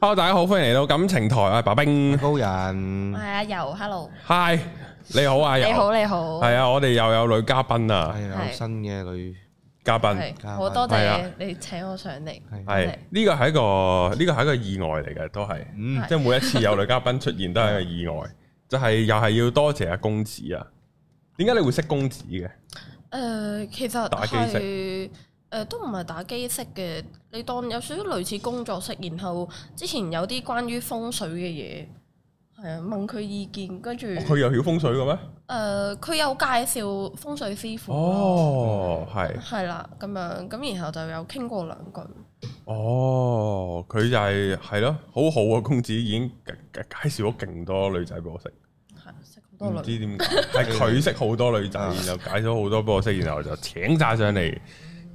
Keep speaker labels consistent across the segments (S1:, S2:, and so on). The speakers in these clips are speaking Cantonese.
S1: Hello，大家好，歡迎嚟到感情台啊，白冰
S2: 高人
S1: 嗯
S3: 系啊，又 hello，
S1: ，Hi，你好啊，
S3: 你好你
S1: 游，
S3: 好，
S1: 係啊，我哋又有女嘉賓啊，
S2: 係啊，
S3: 係
S2: 有新嘅女
S1: 嘉賓
S3: 係好多
S1: 係啊
S3: 謝你請我上嚟，
S1: 係
S2: 係
S3: 係
S1: 呢個係一個呢個係一個意外嚟嘅，都係，
S2: 嗯
S3: 係
S1: 即係每一次有女嘉賓出現都係一個意外，就係又係要多謝阿公子啊，點解你會識公子嘅？
S3: 誒其實
S1: 打機識
S3: 係誒都唔係打機識嘅，你當有少少類似工作室，然後之前有啲關於風水嘅嘢，係啊問佢意見，跟住
S1: 哦佢又曉風水嘅咩？
S3: 誒佢有介紹風水師傅，啊
S1: 哦，係，
S3: 係啦咁樣，咁然後就有傾過兩句，
S1: 哦，佢就係係咯，好好啊，公子已經介介紹咗勁多女仔俾我識。
S3: 係識好多
S1: 唔
S3: 女，
S1: 知點解， 啊係佢識好多女仔，然後解咗好多俾我識，然後就請晒上嚟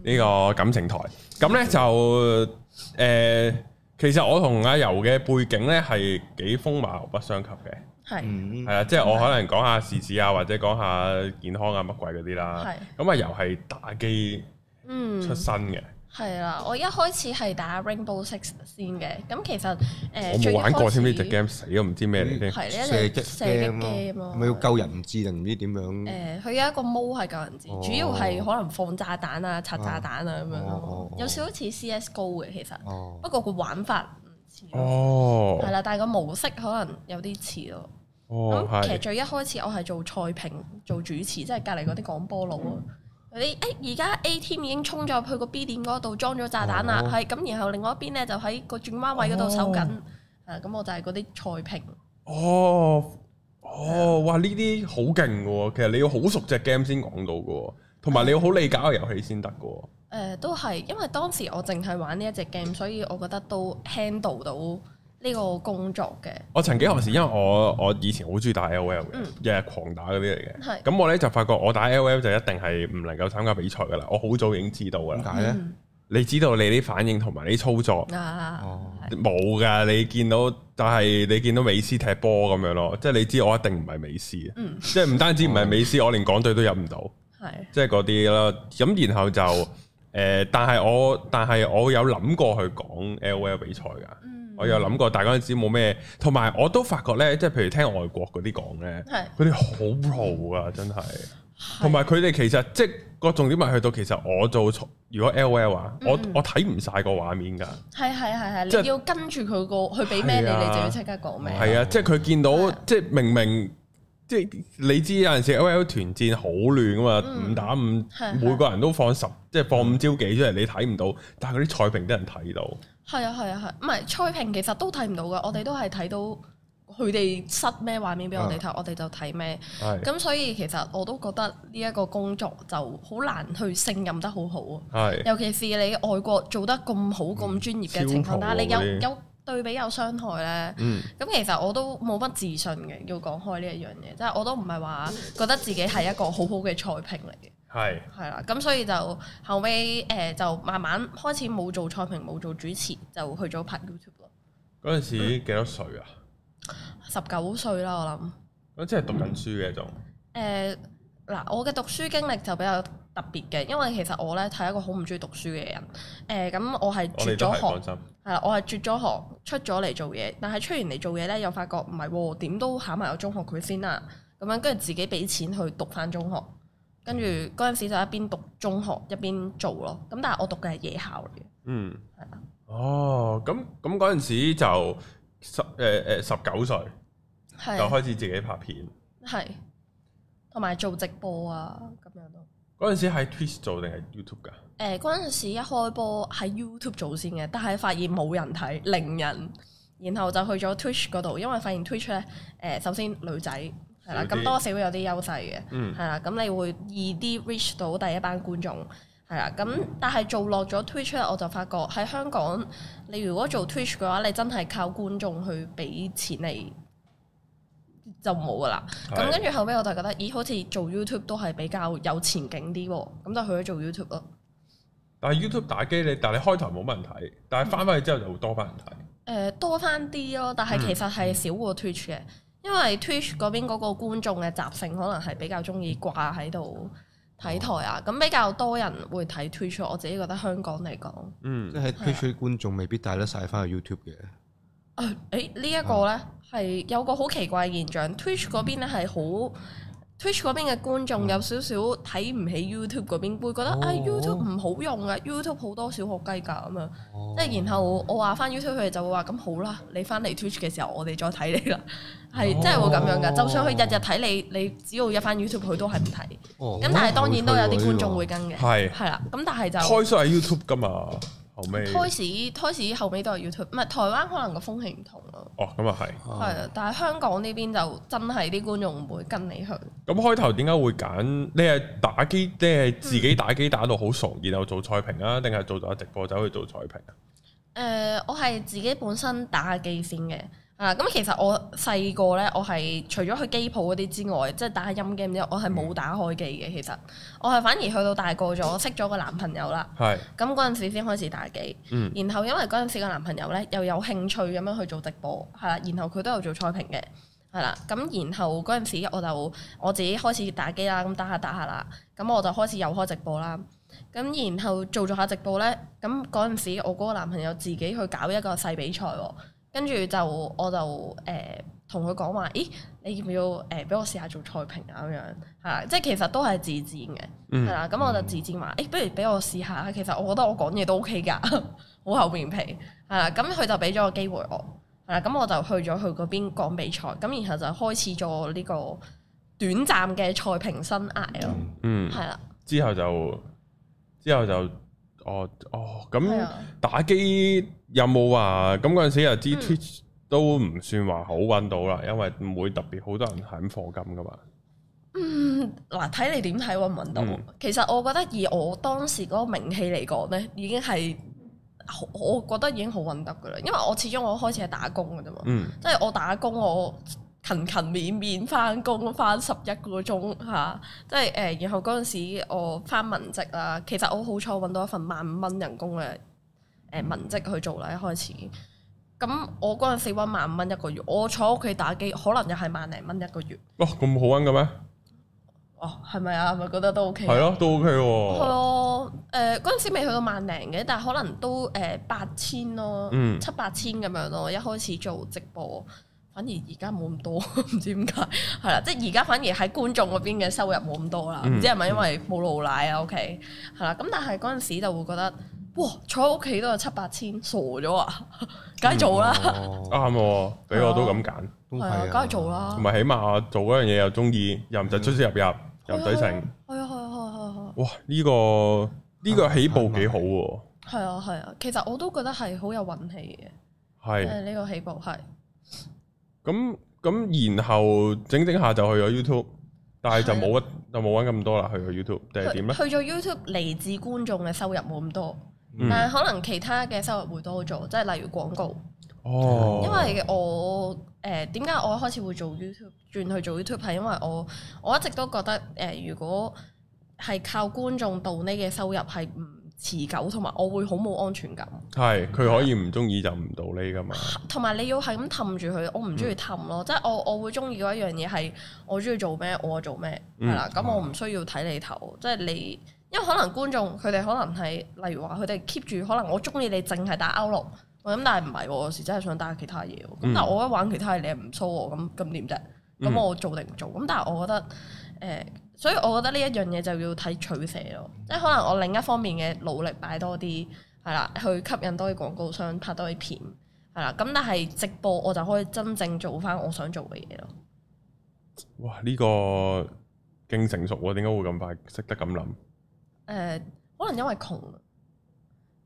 S1: 呢個感情台。咁呢就誒、呃其實我同阿柔嘅背景呢係幾風馬牛不相及嘅，
S3: 係
S2: 嗯
S1: 係啊，即係我可能講下時事啊，或者講下健康啊乜鬼嗰啲啦
S3: 係。
S1: 咁啊阿柔係打機
S3: 嗯
S1: 出身嘅，
S3: 係啦，我一開始係打 Rainbow Six 先嘅，咁其實誒、呃
S1: 我
S3: 最一
S1: 冇玩過
S3: 開
S1: 添呢隻
S3: 始嗯
S1: game，死都唔知咩嚟添。
S3: 係呢
S2: 射
S3: 一隻射
S2: 擊
S3: 擊
S2: game
S3: game
S2: 咯，
S3: 咯。
S2: 咪要救人唔知定唔知點樣？
S3: 誒，佢有一個毛係救人字，
S2: 哦
S3: 主要係可能放炸彈啊、拆炸彈啊咁樣
S2: 哦哦
S3: 咯
S2: 哦，
S3: 有少少似 CSGO 嘅其實，
S2: 哦
S3: 不過個玩法唔似咯，
S1: 哦，
S3: 係啦，但係個模式可能有啲似咯。
S1: 哦，
S3: 咁其實
S1: 係，
S3: 最一開始我係做賽評、做主持，即係隔離嗰啲廣播佬啊。嗰啲誒而家 A team 已經衝咗入去個 B 點嗰度裝咗炸彈啦，
S2: 哦
S3: 係咁、然後另外一邊咧就喺個轉彎位嗰度守緊，啊咁我就係嗰啲賽評，
S1: 哦，哦，哇！呢啲好勁嘅喎，其實你要好熟隻 game 先講到嘅喎，同埋你要好理解個遊戲先得嘅喎。
S3: 誒、呃都係，因為當時我淨係玩呢一隻 game，所以我覺得都 handle 到呢個工作嘅。
S1: 我曾幾何時，因為我我以前好中意打 L O L 嘅
S3: 嗯，
S1: 日日狂打嗰啲嚟嘅。
S3: 係
S1: 咁我咧就發覺我打 L O L 就一定係唔能夠參加比賽嘅啦。我好早已經知道嘅
S2: 點
S1: 啦。
S2: 解咧？
S3: 嗯
S1: 你知道你啲反應同埋你啲操作
S3: 啊，
S2: 哦
S3: 係
S1: 冇㗎，你見到就係你見到美斯踢波咁樣咯，即係你知我一定唔係美斯，
S3: 嗯
S1: 即係唔單止唔係美斯，我連港隊都入唔到。
S3: 係
S1: 即係嗰啲啦。咁然後就誒、呃但係我但係我有諗過去講 L O L 比賽㗎，
S3: 嗯
S1: 我有諗過，但係嗰陣時冇咩，同埋我都發覺咧，即係譬如聽外國嗰啲講咧，
S3: 係
S1: 佢哋好 pro 啊，真係。同埋佢哋其實即係個重點係去到其實我做錯如果 L O L 啊，我
S3: 嗯
S1: 我睇唔晒個畫面㗎。
S3: 係係係
S1: 即係
S3: 係，你要跟住佢個佢俾咩你，
S1: 係啊
S3: 你就要即刻講咩。
S1: 係啊，即係佢見到
S3: 係
S1: 即係明明。即係你知有陣時 L O L 團戰好亂噶嘛，
S3: 嗯
S1: 五打
S3: 係
S1: 五，
S3: 係
S1: 每個人都放十，即係放五招幾出嚟，你睇唔到，但係嗰啲賽評得人睇到。
S3: 係啊係啊係，唔係賽評其實都睇唔到噶，我哋都係睇到佢哋塞咩畫面俾我哋睇，我哋就睇咩。
S1: 啊係
S3: 咁所以其實我都覺得呢一個工作就好難去勝任得好好啊。
S1: 係嗯
S3: 尤其是你外國做得咁好、咁專業嘅情
S1: 超
S3: 況下，
S1: 狂喎
S3: 你有
S1: 嗰啲
S3: 有對比有傷害咧，
S1: 嗯
S3: 咁其實我都冇乜自信嘅。要講開呢一樣嘢，即係我都唔係話覺得自己係一個好好嘅賽評嚟嘅，
S1: 係
S3: 係啦。咁所以就後尾誒、呃就慢慢開始冇做賽評，冇做主持，就去咗拍 YouTube 咯。
S1: 嗰陣時
S3: 嗯
S1: 幾多歲啊？
S3: 十九歲啦，我諗。
S1: 我即係讀緊書嘅仲
S3: 嗯誒嗱、我嘅讀書經歷就比較特別嘅，因為其實我咧係一個好唔中意讀書嘅人。誒、咁我係
S1: 我哋
S3: 絕
S1: 哦都
S3: 咗
S1: 係
S3: 學
S1: 放。心。
S3: 係啦，我係絕咗學，出咗嚟做嘢，但係出完嚟做嘢咧，又發覺唔係喎，點都考埋個中學佢先啦。咁樣跟住自己俾錢去讀翻中學，跟住嗰陣時就一邊讀中學一邊做咯。咁但係我讀嘅係夜校嚟嘅，
S1: 嗯
S3: 係啊，
S1: 哦，咁咁嗰陣時就十誒誒十九歲就
S3: 係
S1: 開始自己拍片。
S3: 係，同埋做直播啊咁樣咯。
S1: 嗰陣時喺 Twitch 做定係 YouTube 㗎？
S3: 誒呃嗰陣時一開波喺 YouTube 做先嘅，但係發現冇人睇，零人，然後就去咗 Twitch 嗰度，因為發現 Twitch 咧誒、首先女仔係啦，
S1: 少啲
S3: 咁多少有啲優勢嘅。
S1: 嗯
S3: 係啦，咁你會易啲 reach 到第一班觀眾，係啦。咁
S1: 嗯
S3: 但係做落咗 Twitch 咧，我就發覺喺香港，你如果做 Twitch 嘅話，你真係靠觀眾去俾錢你。就冇噶啦，咁
S1: 係
S3: 跟住後尾我就覺得，咦，好似做 YouTube 都係比較有前景啲喎，咁就去咗做 YouTube 咯。
S1: 但係 YouTube 打機你，但係你開頭冇乜人睇，但係翻返去之後就會多翻人睇。
S3: 誒、呃多翻啲咯，但係其實係少過 Twitch 嘅，因為 Twitch 嗰邊嗰個觀眾嘅習性可能係比較中意掛喺度睇台啊，咁比較多人會睇 Twitch 咯。我自己覺得香港嚟講，
S1: 嗯
S2: 即係 Twitch 觀眾未必帶得晒翻去 YouTube 嘅，
S3: 啊誒、呢一個呢，係有個好奇怪嘅現象，Twitch 嗰邊咧係好。Twitch 嗰邊嘅觀眾有少少睇唔起 YouTube 嗰邊，會覺得
S2: 哦
S3: 啊 YouTube 唔好用啊，YouTube 好多小學雞㗎咁樣，
S1: 哦
S3: 即係然後我話翻 YouTube 佢哋就會話咁好啦，你翻嚟 Twitch 嘅時候我哋再睇你啦，
S1: 哦
S3: 係真係會咁樣㗎。就算佢日日睇你，你只要一翻 YouTube 佢都係唔睇，
S2: 哦
S3: 咁但係當然都有啲觀眾會跟嘅，
S1: 係
S3: 係啦，咁但係就。
S1: 開咗喺 YouTube 噶嘛，後尾
S3: 開始開始後尾都係 YouTube，唔係台灣可能個風氣唔同咯，
S1: 哦咁啊係。
S3: 係啊，但係香港呢邊就真係啲觀眾唔會跟你去，
S1: 咁開頭點解會揀？你係打機，你係自
S3: 嗯
S1: 己打機打到好熟，然後做賽評啊，定係做咗直播走去做賽評啊？
S3: 誒、呃我係自己本身打機先嘅。啊，咁其實我細個咧，我係除咗去機鋪嗰啲之外，即係打下音 game 之外，我係冇打開機嘅。其實我係反而去到大個咗，識咗個男朋友啦，
S1: 係，
S3: 咁嗰陣時先開始打機。
S1: 嗯
S3: 然後因為嗰陣時個男朋友咧又有興趣咁樣去做直播，係啦，然後佢都有做賽評嘅，係啦。咁然後嗰陣時我就我自己開始打機啦，咁打下打下啦，咁我就開始又開直播啦。咁然後做咗下直播咧，咁嗰陣時我嗰個男朋友自己去搞一個細比賽喎，跟住就我就誒同佢講話，咦你要唔要誒俾我試下做賽評啊咁樣，係啦，即係其實都係自薦嘅。係啊
S1: 嗯，
S3: 啦，咁我就自薦話，誒、不如俾我試下。其實我覺得我講嘢都 OK 㗎， 好厚面皮。係啦，咁佢就俾咗個機會我。係啦，咁我就去咗佢嗰邊講比賽，咁然後就開始咗呢個短暫嘅賽評生涯咯。
S1: 嗯，
S3: 係啦，
S1: 之後就之後就，哦哦，
S3: 係
S1: 咁
S3: 啊，
S1: 打機有冇話咁嗰陣時又知
S3: 嗯
S1: Twitch 都唔算話好揾到啦，因為唔會特別好多人肯課金噶嘛。
S3: 嗯，嗱，睇你點睇揾唔揾到。
S1: 嗯
S3: 其實我覺得以我當時嗰個名氣嚟講咧，已經係好我覺得已經好揾得㗎啦，因為我始終我開始係打工㗎啫嘛。
S1: 嗯，
S3: 即係我打工，我勤勤勉勉翻工翻十一個鐘嚇、即係誒、呃然後嗰陣時我翻文職啦，其實我好彩揾到一份萬五蚊人工嘅誒文職去做啦，一開始。咁我嗰陣時揾萬五蚊一個月，我坐屋企打機，可能又係萬零蚊一個月。
S1: 哇，咁好揾嘅咩？
S3: 哦，係咪啊？係啊咪覺得都 OK？
S1: 係咯，都 OK
S3: 係
S1: 喎。
S3: 咯，誒嗰陣時未去到萬零嘅，但係可能都誒八千咯，
S1: 嗯
S3: 七八千咁樣咯。一開始做直播，反而而家冇咁多， 唔知點解係啦。即係而家反而喺觀眾嗰邊嘅收入冇咁多啦，唔、
S1: 嗯
S3: 知係咪因為冇老奶啊？OK，係啦。咁但係嗰陣時就會覺得，哇！坐喺屋企都有七八千，傻咗啊！ 梗係做啦，
S2: 啦，
S1: 啱喎，俾我都咁揀，
S2: 都
S3: 係
S2: 係
S3: 啊，
S2: 啊
S3: 梗係做。啦
S1: 同，埋起碼做嗰樣嘢又中意，又唔使出出入入，又唔使成。
S3: 係嗯啊，係啊，係啊，係啊。
S1: 哇！呢、個呢、個起步幾好喎，
S3: 係啊，係啊，其實我都覺得係好有運氣嘅，
S1: 係
S3: 誒呢個起步係。
S1: 咁咁，然後整整下就去咗 YouTube，但係就冇乜就冇揾咁多啦，去咗 YouTube 定係點咧？
S3: 去咗 YouTube 嚟自觀眾嘅收入冇咁多，
S1: 嗯
S3: 但係可能其他嘅收入會多咗，即係例如廣告。
S1: 哦，
S3: 因為我誒點解我一開始會做 YouTube 轉去做 YouTube 係因為我我一直都覺得誒、呃如果係靠觀眾度呢嘅收入係唔持久，同埋我會好冇安全感，
S1: 係佢可以唔中意就唔到呢噶嘛，
S3: 同埋你要係咁氹住佢，我唔中意氹咯，即係我我會中意嗰一樣嘢係我中意做咩我就做咩
S1: 嗯嗯
S3: 係啦，咁、我唔需要睇你頭，即係你。因為可能觀眾佢哋可能係，例如話佢哋 keep 住，可能我中意你淨係打 Outlook，咁但係唔係喎，我有時真係想打其他嘢喎。咁、
S1: 嗯
S3: 但係我一玩其他嘢，你又唔 show 我，咁咁點啫？咁、
S1: 嗯
S3: 我做定唔做？咁但係我覺得誒、呃所以我覺得呢一樣嘢就要睇取捨咯。即係可能我另一方面嘅努力擺多啲，係啦，去吸引多啲廣告商拍多啲片，係啦。咁但係直播我就可以真正做翻我想做嘅嘢咯。
S1: 哇！呢、個勁成熟喎，點解會咁快識得咁諗？
S3: 誒、呃可能因為窮，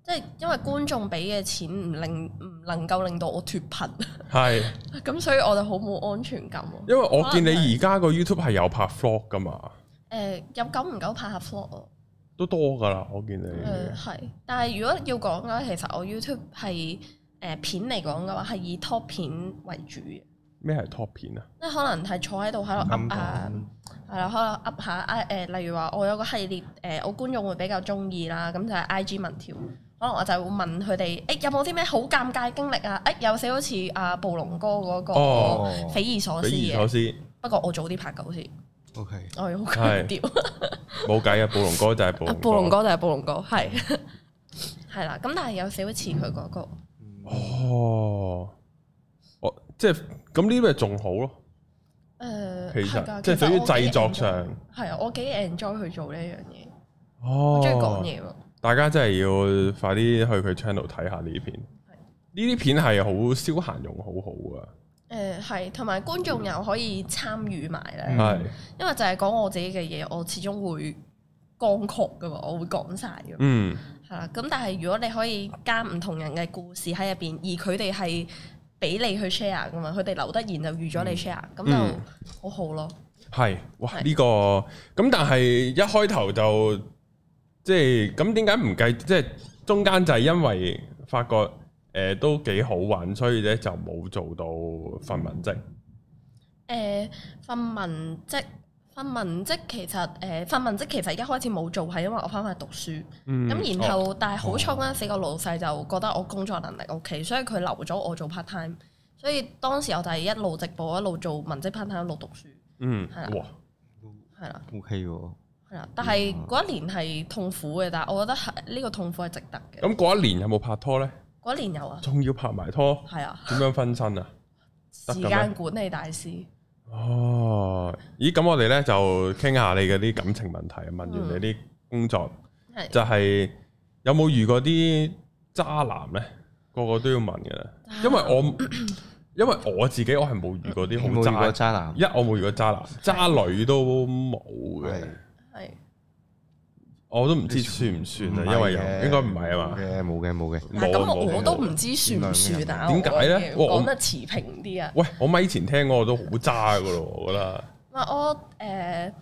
S3: 即係因為觀眾俾嘅錢唔令唔能夠令到我脱貧，
S1: 係
S3: 咁所以我就好冇安全感喎。誒、
S1: 因為我見你而家個 YouTube 係有拍 vlog 噶嘛，
S3: 呃有久唔久拍下 vlog 咯，
S1: 都多噶啦，我見你
S3: 誒、係。但係如果要講嘅話，其實我 YouTube 係誒、片嚟講嘅話，係以 top 片為主嘅，
S1: 咩係 top 片啊？
S3: 即係可能係坐喺度喺度
S2: 啱
S3: up 啊。
S2: 講
S3: 係啦，可能噏下啊誒，例如話我有個系列誒、我觀眾會比較中意啦，咁就係 I G 民調，可能我就會問佢哋誒有冇啲咩好尷尬經歷啊？誒、有少好似阿暴龍哥嗰個
S1: 哦
S2: 哦
S3: 匪夷所
S1: 匪
S3: 思
S1: 夷所
S3: 嘅，
S1: 思，
S3: 不過我早啲拍嘅好似，
S2: ，OK，
S3: 我要好強調，
S1: 冇計啊！暴龍哥就係暴
S3: 啊
S1: 龍
S3: 暴龍哥就係暴龍哥，係係啦，咁但係有少好似佢嗰個，
S1: 哦，即係咁呢啲咪仲好咯？
S3: 誒
S1: 其
S3: 係
S1: 實
S3: 㗎
S1: 即係對於製作，
S3: 其實我
S1: 上
S3: 幾，enjoy- 係啊，我幾 enjoy 去做呢一樣嘢，我中意講
S1: 哦，
S3: 嘢喎。
S1: 大家真係要快啲去佢 channel 睇下呢啲片。呢啲片係好消閒用，好好噶。
S3: 誒係，同埋觀眾又可以參與埋咧，
S2: 嗯
S1: 係，
S3: 因為就係講我自己嘅嘢，我始終會講曲噶嘛，我會講晒噶嘛，
S1: 嗯，
S3: 係啦、咁但係如果你可以加唔同人嘅故事喺入邊，而佢哋係俾你去 share 噶嘛，佢哋留得言就預咗你 share，咁、
S1: 嗯
S3: 就好好咯。
S1: 係，哇！
S3: 係
S1: 呢個咁，但係一開頭就即係咁，點解唔計？即係中間就係因為發覺誒、呃都幾好玩，所以咧就冇做到份文職。
S3: 誒、份文職，份文職其實誒、份文職其實一開始冇做係因為我翻返去讀書。
S1: 嗯
S3: 咁然
S1: 哦
S3: 後，但係好彩嗰陣時個老細就覺得我工作能力 OK，所以佢留咗我做 part time。所以當時我就係一路直播，一路做文職 part time，一路讀書，
S1: 嗯，
S3: 係啦
S1: 哇！
S3: 係啦，
S2: O K 喎，
S3: 係啦。但係
S1: 嗯
S3: 嗰一年係痛苦嘅，但係我覺得係呢個痛苦係值得嘅。
S1: 咁嗰一年有冇拍拖咧？
S3: 嗰一年有啊，
S1: 仲要拍埋拖，
S3: 係啊，
S1: 點樣分身啊？得
S3: 時
S1: 嘅咩
S3: 間管理大師。
S1: 哦，咦，咁我哋咧就傾下你嗰啲感情問題，問完你啲工作，
S3: 係，
S1: 就係有冇遇過啲渣男咧？個個都要問嘅啦，因為我因為我自己我係冇遇過
S2: 有
S1: 啲
S2: 嗯冇遇
S1: 好
S2: 過
S1: 渣，
S2: 渣男？
S1: 一我冇遇過渣男，渣女都冇嘅
S2: 係，
S3: 係
S1: 我都唔知算唔算啊，
S2: 唔係
S1: 因為有
S2: 嘅
S1: 應該唔係啊嘛
S2: 冇，嘅冇嘅冇嘅，
S3: 嗱，
S1: 冇
S3: 咁
S1: 啊冇嘅
S3: 我都唔知算唔算啊？
S1: 點解咧
S3: 我
S1: 我
S3: 講得持平啲啊。
S1: 喂，我咪前聽嗰個都好渣噶咯，我覺得
S3: 唔係我誒、呃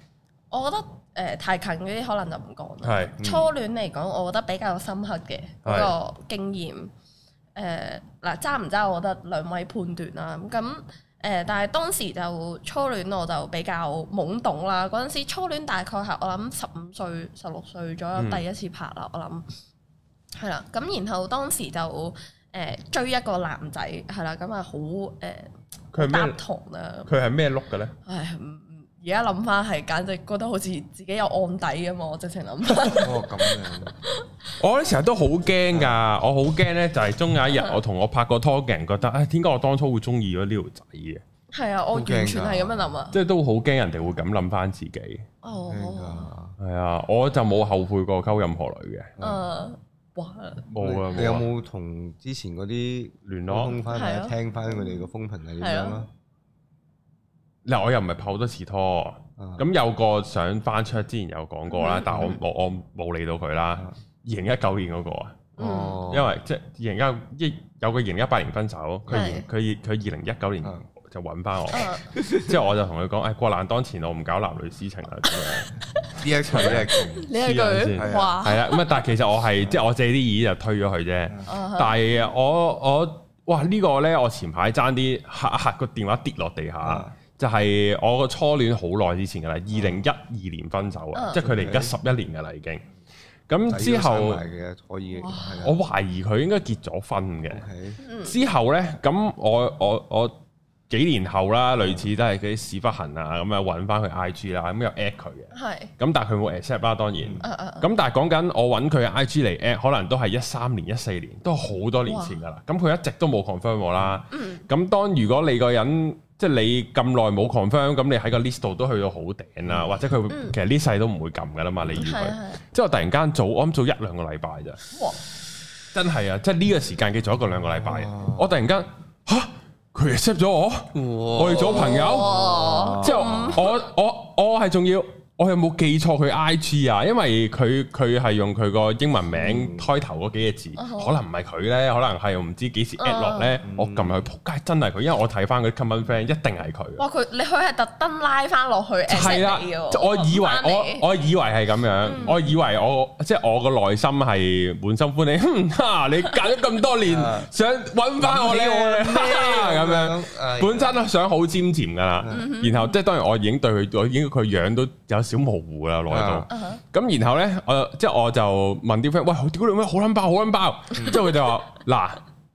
S3: 我覺得誒、呃太近嗰啲可能就唔講啦。
S1: 係，嗯
S3: 初戀嚟講，我覺得比較深刻嘅
S1: 係
S3: 嗰個經驗。誒嗱、渣唔渣，我覺得兩位判斷啦。咁誒、呃但係當時就初戀我就比較懵懂啦。嗰陣時初戀大概係我諗十五歲、十六歲左右
S1: 嗯
S3: 第一次拍啦，我諗係啦。咁然後當時就誒、呃追一個男仔係啦，咁啊好誒
S1: 佢係
S3: 搭
S1: 咩？
S3: 堂啊。
S1: 佢係咩碌嘅咧？
S3: 唉，唔唔而家諗翻係，簡直覺得好似自己有案底咁嘛！我直情諗 翻，
S2: 哦咁樣，
S1: 我咧成日都好驚
S2: 啊
S1: 噶，我好驚咧就係終有一日我同我拍過拖嘅人覺得，唉，點解我當初會中意咗呢條仔嘅？
S3: 係啊，我完全係咁樣諗啊！
S1: 即係都好驚人哋會咁諗翻自己。
S2: 聽
S3: 哦，
S2: 㗎
S1: 係啊，我就冇後悔過溝任何女嘅，
S3: 誒，哇，
S1: 冇啊，
S2: 你有
S1: 冇啊
S2: 冇同之前嗰啲
S1: 聯
S2: 溝通
S1: 絡？
S2: 翻
S3: 係啊
S2: 或者聽翻佢哋嘅風評係點樣啊啦？
S1: 嗱，我又唔係拍好多次拖，
S2: 啊
S1: 咁有個想翻出之前有講過啦
S3: 嗯，
S1: 但係我我我冇理到佢啦。
S2: 嗯
S1: 二零一九年嗰個啊，
S3: 嗯
S2: 哦，
S1: 因為即係二零一一有個二零一八年分手，佢二
S3: 係
S1: 佢佢二零一九年
S2: 嗯
S1: 就揾翻我。
S3: 誒，
S1: 之後我就同佢講：，誒、哎過難當前，我唔搞男女私情啦。咁樣
S2: 呢一場呢一場，
S3: 你係句
S2: 係
S3: 哇，
S1: 係啦，咁啊，但係其實我係即係我借啲意就推咗佢啫。但
S3: 但
S1: 係我我哇呢、個咧，我前排爭啲嚇嚇個電話跌落地下
S2: 啊，
S1: 就係我個初戀好耐之前㗎啦，二零一二年分手啊，
S3: 嗯
S1: 即係佢哋而家十一年㗎啦已經。咁之
S2: 抵
S1: 後
S2: 到生埋嘅可以，
S3: 哇
S2: 係啊
S1: 我懷疑佢應該結咗婚嘅。
S2: OK，
S1: 之後呢，咁我我我幾年後啦，類似都係嗰啲屎忽痕啊，咁啊揾翻佢 I G 啦，咁又 at 佢嘅。
S3: 係啊
S1: 咁但係佢冇 accept 啦，當然。咁、
S3: 誒誒
S1: 但係講緊我揾佢 IG 嚟 at，可能都係一三年、一四年，都好多年前㗎啦。咁佢一直都冇 confirm 我啦。
S3: 嗯
S1: 咁、當如果你個人即係你咁耐冇 confirm，咁你喺個 list 度都去到好頂啦，或者佢會
S3: 嗯
S1: 其實呢世都唔會撳㗎啦嘛，你
S3: 誒，
S1: 預
S3: 係
S1: 佢。
S3: 啊
S1: 之後突然間早，我諗早一兩個禮拜咋。
S3: 係，哇，
S1: 真係啊！即係呢個時間嘅早一個兩個禮拜啊
S2: 哇，嗯
S1: 我突然間吓佢 accept 咗我，我
S2: 我
S1: 哋做朋友。
S3: 哦，
S1: 之後我我我係仲要，我有冇記錯佢 I G 啊？因為佢佢係用佢個英文名開頭嗰幾個字，
S3: 嗯
S1: 可能唔係佢咧，可能係唔知幾時
S3: 哦
S1: at 落咧。我撳入去，仆街真係佢，因為我睇翻佢 common friend 一定係佢。啊
S3: 哇，佢你佢係特登拉翻落去 accept
S1: 係啦
S3: 你嘅，
S1: 即
S3: 喎，
S1: 我以為
S3: 揾返你嗯
S1: 我我以為係咁樣，我以為我即係我個內心係滿心歡喜， 哼哈！你隔咗咁多年
S2: 啊，
S1: 想揾翻我咧，哈 咁樣。
S2: 哎
S1: 本身都想好尖甜噶啦，然後即係當然我已經對佢，我已經佢樣都有少模糊啦，內
S2: 啊
S1: 度。
S3: 嗯哼
S1: 咁然後咧，我即係我就問啲 friend，喂，屌你咩好撚爆，好撚爆！之後佢就話：嗱，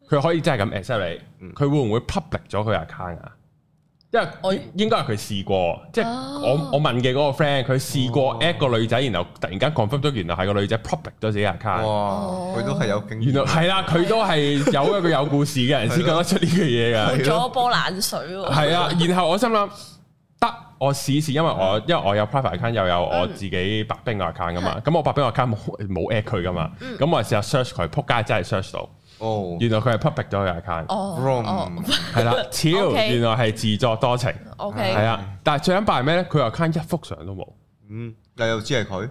S1: 佢可以真係咁 accept 你，佢會唔會 public 咗佢 account 啊？因為
S3: 我
S1: 應應該係佢試過，即係
S3: 哦
S1: 我我問嘅嗰個 friend，佢試過
S2: 哦
S1: at 個女仔，然後突然間 confirm 咗，原來係個女仔 public 咗自己
S2: 哦
S1: account，
S2: 哇，佢都係有經驗
S1: 哦原來係啦，佢都係有一個有故事嘅人先講得出呢句嘢㗎。
S3: 潑咗波冷水喎。
S1: 係啊，然後我心諗得我試試，因為
S3: 嗯
S1: 我因為我有 private account 又有我自己白冰嘅 account 噶嘛，咁我白冰嘅 account 冇冇 at 佢噶嘛，
S3: 嗯
S1: 咁我試下 search 佢，撲街真係 search 到，
S2: 哦
S1: 原來佢係 public 咗佢 account，
S3: 哦
S2: wrong
S1: 係 啦，超
S3: OK
S1: 原來係自作多情，
S3: 哦，OK，
S1: 係啊，但係最緊敗係咩咧？佢 account 一幅相都冇，唔
S2: 嗯，又又知係佢，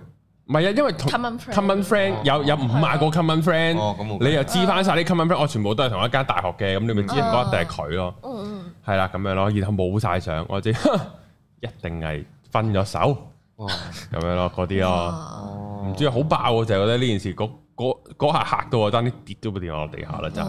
S1: 係啊，因為同
S3: Common friend 啊
S1: common friend 有有五萬個 common
S2: 哦咁
S1: friend，
S2: 冇計
S1: 你又知翻晒啲 common friend，我全部都係同一間大學嘅，咁你咪知嗰一定係佢咯。
S3: 嗯嗯，
S1: 係啦，咁樣咯，然後冇晒相，我知 一定係分咗手
S2: 哇，
S1: 咁樣咯，嗰啲咯，
S3: 哦
S2: 哦
S1: 唔知好爆喎，就係覺得呢件事嗰嗰嗰下嚇到我，爭啲跌咗部電話落地下啦，真係，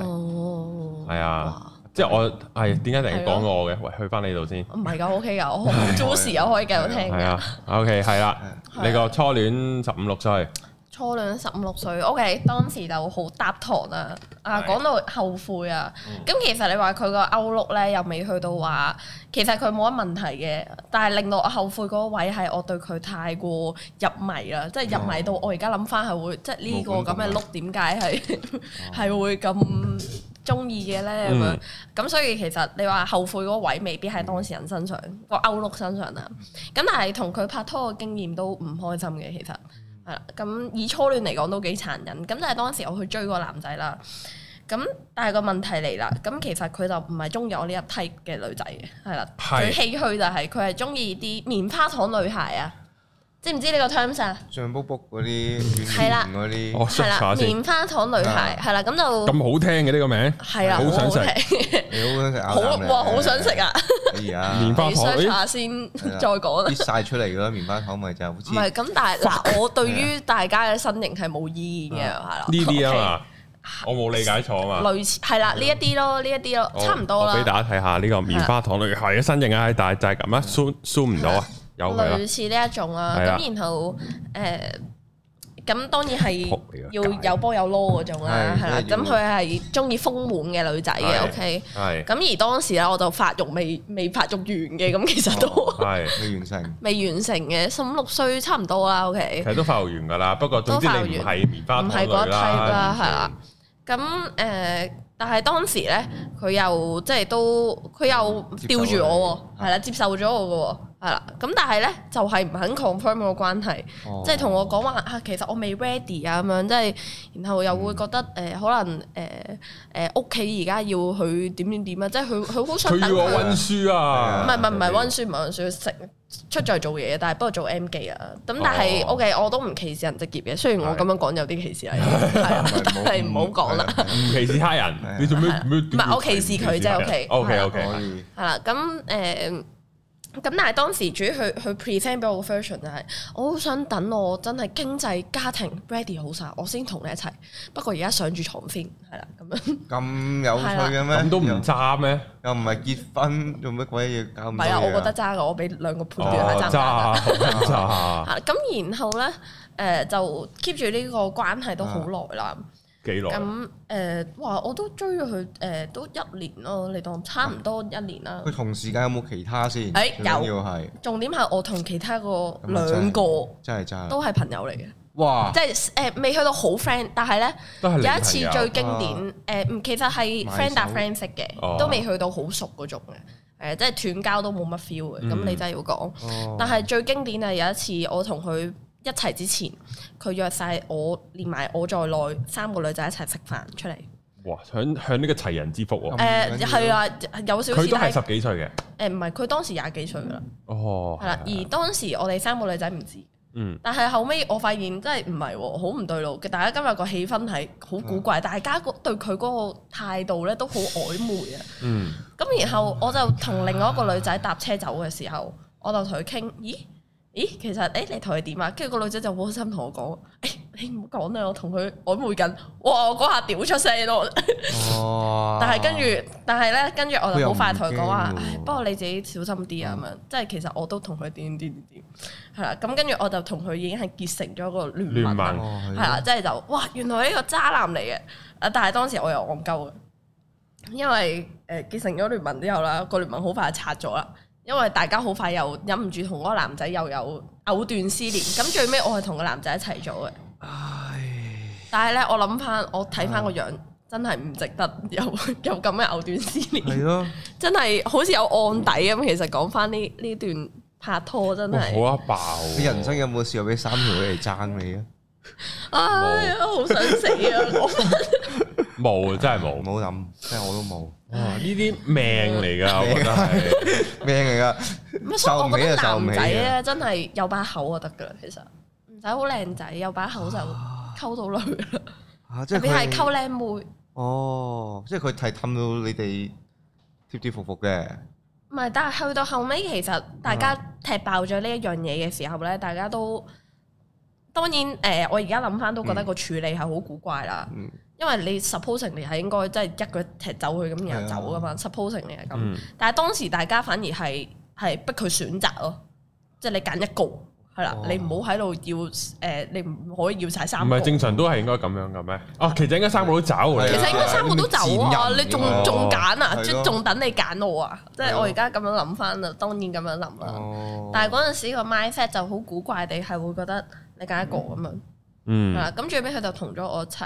S3: 哦
S1: 係啊，即係我係點解突然講我嘅？喂，去翻你度先，
S3: 唔係㗎，OK 㗎，我 Josie 又可以繼續聽
S1: 係
S3: 㗎。
S1: 啊，OK，係啦，
S3: 係啊
S1: 你個初戀十五六歲，
S3: 初戀十五六歲，OK，當時就好搭堂啊！啊，
S1: 係
S3: 講到後悔啊，咁、其實你話佢個 outlook 咧，又未去到話，其實佢冇乜問題嘅，但係令到我後悔嗰位係我對佢太過入迷啦，即係入迷到我而家諗翻係會，即係呢個咁嘅
S2: 冇
S3: look 點解係係會咁中意嘅咧咁樣？
S1: 嗯
S3: 咁所以其實你話後悔嗰位未必喺當事人身上，個 outlook 身上啦。咁但係同佢拍拖嘅經驗都唔開心嘅，其實係啦。咁以初戀嚟講都幾殘忍。咁但係當時我去追個男仔啦。咁但係個問題嚟啦，咁其實佢就唔係中意我呢一 type 嘅女仔嘅，係啦。
S1: 係
S3: 最唏噓就係佢係中意啲棉花糖女孩啊，知唔知呢個 terms 啊？
S2: 脹卜卜嗰啲
S3: 係啦
S2: 軟軟嗰
S1: 我 search
S3: 係
S1: 哦下先，啊
S3: 啦，棉花糖女孩係啦，咁就
S1: 咁好聽嘅呢 個名，
S3: 係啦，
S1: 好想食
S3: 食，
S2: 啲，你好想食
S3: 好啊
S2: 咬啖
S3: 哇，好想食！ 啊！
S2: 哎呀，
S1: 棉花
S3: 你
S1: 花糖
S3: search
S1: 咦
S3: 下先
S2: 係啦
S3: 再講啦。啊
S2: 搣晒出嚟嘅啦，棉花糖咪就係好似
S3: 唔係咁，但係嗱，我對於大家嘅身形係冇意見嘅，係啦。
S1: 呢啲啊嘛，我冇理解錯啊 嘛。
S3: 類似係啦，呢一啲咯，呢一啲咯，
S1: 我
S3: 差唔多
S1: 我俾
S3: 啦，
S1: 大家睇下呢個棉花糖女孩嘅身形啊，但係就係咁啊，zoom zoom 唔到啊，有佢啦，
S3: 類似呢一種啦。
S1: 係啦啊
S3: 咁然後誒，咁當然係
S1: 仆你個街
S3: 要有波有撈嗰種啦，
S2: 係
S3: 係啦。
S2: 即係要
S3: 咁佢係中意豐滿嘅女仔嘅
S1: 係
S3: ，OK。
S1: 係
S3: 咁而當時咧，我就發育未未發育完嘅，咁其實都
S2: 哦
S1: 係，
S2: 未完成，
S3: 未完成嘅，十五六歲差唔多啦
S1: 其
S3: ，OK。
S1: 實都發育完㗎啦，不過總之你唔係棉花
S3: 唔
S1: 糖
S3: 係嗰
S1: 類
S3: 一 type 啦
S1: 啦，，
S3: 係啊啦。咁誒、呃但係當時咧，佢又即係都佢又吊住我喎，係啦，接受咗我嘅喎，係啦。咁但係咧，就係、唔肯 confirm 個關係，
S2: 哦
S3: 即係同我講話啊，其實我未 ready 啊咁樣，即係然後又會覺得誒、呃可能誒誒屋企而家要佢點點點啊，即係佢佢好想
S1: 佢
S3: 等
S1: 要我
S3: 佢。啊
S1: 温書
S3: 唔
S1: 啊，
S3: 係唔係唔係温書唔係温書，食出咗嚟做嘢，但係不過做 M 記啊。咁但
S1: 哦
S3: 係 OK，我都唔歧視人職業嘅，雖然我咁樣講有啲歧視嚟，係啊，但係唔好講啦。
S2: 係啊
S1: 唔歧視他人
S2: 係啊，
S1: 你做咩
S3: 係啊
S1: 唔
S3: 唔係我歧視佢啫，OK，
S1: ，OK
S3: 係啊
S1: OK，
S2: 可以
S3: 係啦，咁誒，咁但係當時主要佢佢 present 俾我嘅 version 就係，我好想等我真係經濟家庭 ready 好晒，我先同你一齊。不過而家上住床先，係啦，咁樣
S2: 咁有趣嘅咩？
S1: 咁都
S2: 又
S1: 唔渣咩？
S2: 又唔係結婚，做乜鬼嘢搞咁
S3: 唔
S2: 多
S3: 係啊，我
S2: 嘢
S3: 覺得渣嘅，我俾兩個判斷
S1: 哦
S3: 係渣唔渣㗎
S1: 渣好渣，
S3: 係啦咁然後咧，誒、就 keep 住呢個關係都好耐啦。
S1: 幾耐？
S3: 咁誒，哇！我都追咗佢誒，都一年咯，你當差唔多一年啦
S2: 佢。同時間有冇其他先？
S3: 哎
S2: 最緊要係
S3: 重點係我同其他個
S2: 咁啊真係
S3: 兩個
S2: 真係真係，
S3: 都係朋友嚟嘅，
S2: 哇！
S3: 即係誒未去到好 friend，但係咧
S1: 都係
S3: 有
S1: 你
S3: 一次
S1: 朋
S3: 最
S1: 友
S3: 經典呃誒，唔其實係
S2: 啊買
S3: friend 搭
S2: 手
S3: friend 識嘅，
S1: 哦
S3: 都未去到好熟嗰種嘅，誒呃即係斷交都冇乜 feel 嘅，咁
S1: 嗯
S3: 你真係要講。
S2: 哦
S3: 但係最經典係有一次我同佢一齊之前，佢約晒我連埋我在內三個女仔一齊食飯出嚟。
S1: 哇，享享呢個齊人之福喎，
S3: 誒
S2: 咁緊要
S3: 係啊，有少少
S1: 佢都係
S3: 但
S1: 十幾歲嘅，
S3: 誒唔係，佢當時廿幾歲噶啦，
S1: 哦，
S3: 嗯係啦。而當時我哋三個女仔唔知，
S1: 嗯，
S3: 但係後尾我發現真係唔係喎，好唔對路嘅。大家今日個氣氛係好古怪，大家個對佢嗰個態度咧都好曖昧啊。
S1: 嗯，
S3: 咁然後我就同另外一個女仔搭車走嘅時候，我就同佢傾，咦咦，其實誒、你同佢點啊？跟住個女仔就好心同我講，誒、你唔好講啦，我同佢曖昧緊。哇！我嗰下屌出聲咯，
S2: 哦
S3: 但係跟住，但係咧，跟住我啊就好快同佢講
S2: 佢又
S3: 話
S2: 唔驚，喎
S3: 唉，不過你自己小心啲啊咁樣。即係其實我都同佢點點點點點，係啦。咁跟住我就同佢已經係結成咗個聯盟
S1: 聯
S3: 啦，
S1: 盟
S2: 哦
S3: 係
S2: 係啊
S3: 啦，即係就哇，原來呢個渣男嚟嘅。啊但係當時我又戇鳩嘅，因為誒結成咗聯盟之後啦，個聯盟好快就拆咗啦，因為大家好快又忍唔住同嗰個男仔又有藕斷絲連，咁最尾我係同個男仔一齊做嘅，
S2: 唉，
S3: 但係咧我諗翻我睇翻個
S2: 嗯
S3: 樣，真係唔值得 有有咁嘅藕斷絲連，
S2: 係咯，
S3: 真係好似有案底咁。其實講翻呢呢段拍拖真
S1: 哇
S3: 係，
S1: 好一啊爆喎！
S2: 你人生有冇試過俾三條女嚟爭你啊？
S3: 唉哎呀，好想 死啊！我
S1: 冇，真係
S2: 唔
S1: 冇。
S2: 好諗，真係我都冇
S1: 哇！呢啲命嚟㗎，我覺得
S2: 啊
S1: 係。
S2: 咩嚟噶，
S3: 唔係所
S2: 受
S3: 以
S2: 唔
S3: 我
S2: 起
S3: 覺得
S2: 就受唔
S3: 男
S2: 起
S3: 仔
S2: 啊！
S3: 咧真係有把口就得噶啦，其實唔使好靚仔，有把口就溝到女啦。
S2: 啊，即
S3: 特
S2: 係
S3: 別係
S2: 佢
S3: 溝靚妹。
S2: 哦，即係佢係氹到你哋貼貼服服嘅，
S3: 唔係，但係去到後尾，其實大家
S2: 啊
S3: 踢爆咗呢一樣嘢嘅時候咧，大家都當然誒、呃我而家諗翻都覺得個處理係好古怪啦。
S2: 嗯
S3: 因為你 supposing 你係應該真係一腳踢走佢咁，然後
S2: 係啊
S3: 走噶嘛。supposing 你係咁，
S1: 嗯
S3: 但係當時大家反而係係逼佢選擇咯，即係你揀一個係啦，
S2: 哦
S3: 你唔好喺度要誒、呃你唔可以要晒
S1: 唔
S3: 三個。
S1: 係
S3: 其
S1: 正常都係應該咁樣嘅咩？哦，其實應該三個都走嚟。
S2: 其
S3: 實應該三個都走啊！
S2: 賤人
S3: 你仲
S1: 哦
S3: 仲揀啊？
S2: 係
S3: 即
S2: 咯
S3: 仲等你揀我啊！即係
S2: 係咯
S3: 我而家咁樣諗翻啦，當然咁樣諗啦。
S2: 哦，
S3: 但係嗰陣時個 mindset 就好古怪地係會覺得你揀一個咁樣，係
S1: 嗯
S3: 啦、咁最尾佢就同咗我一齊，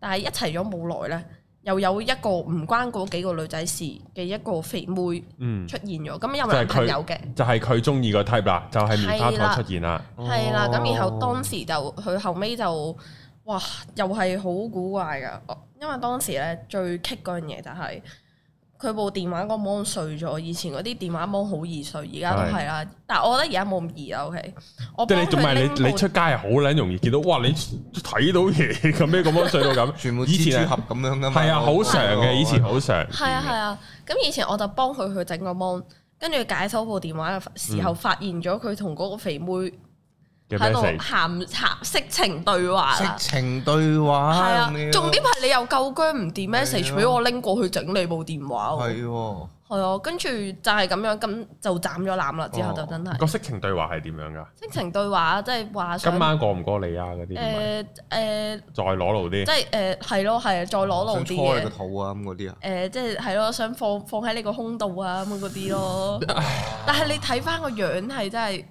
S3: 但係一齊咗冇耐咧，又有一個唔關嗰幾個女仔事嘅一個肥妹
S1: 嗯，
S3: 出現咗，咁有
S1: 就係
S3: 男
S1: 佢哦
S3: 朋友嘅，
S1: 就係佢中意個 type 啦，就係棉花糖出現啦。
S3: 係啦、咁然後當
S2: 時
S3: 時就佢後尾就哇，又係好古怪噶，我因為當時咧最棘嗰樣嘢就係、佢部電話個芒碎咗，以前嗰啲電話芒好易碎，而家都係啦。但係我覺得而家冇咁易啦，OK。我
S1: 即係你仲
S3: 幫佢
S1: 係
S3: 拎部
S1: 你你出街係好撚容易見到，哇！你睇到嘢咁樣咁樣碎到咁，
S2: 全部
S1: 以
S2: 蜘
S1: 前
S2: 蛛
S1: 係
S2: 俠咁樣噶嘛，
S1: 係啊，好常嘅，以前好常。
S3: 係啊係啊，咁以前我就幫佢去整個 mon，跟住解鎖部電話嘅時候，發現咗佢同嗰個肥妹
S1: 嘅
S3: 喺度
S1: message
S3: 鹹鹹色情對話啦
S2: 色。情對話，
S3: 係啊
S2: 咁樣，
S3: 重點係你又夠姜唔掂 message 俾我拎過去整你部電話喎。
S2: 係喎，
S3: 係啊，跟住就係咁樣，咁就斬咗攬啦。之後就真係
S1: 個色情對話係點樣㗎？
S3: 色情對話，啊即係話想
S1: 今晚啊過唔過你啊？嗰啲唔係
S3: 誒誒，
S1: 再裸露啲
S3: 即。係誒係咯係啊，再攞路
S2: 想
S3: 啲
S2: 搓你個
S3: 嘅。
S2: 肚啊咁嗰啲啊，
S3: 誒，呃即係係咯，想放放喺你個胸度啊咁嗰啲咯。但係你睇翻個樣係真係，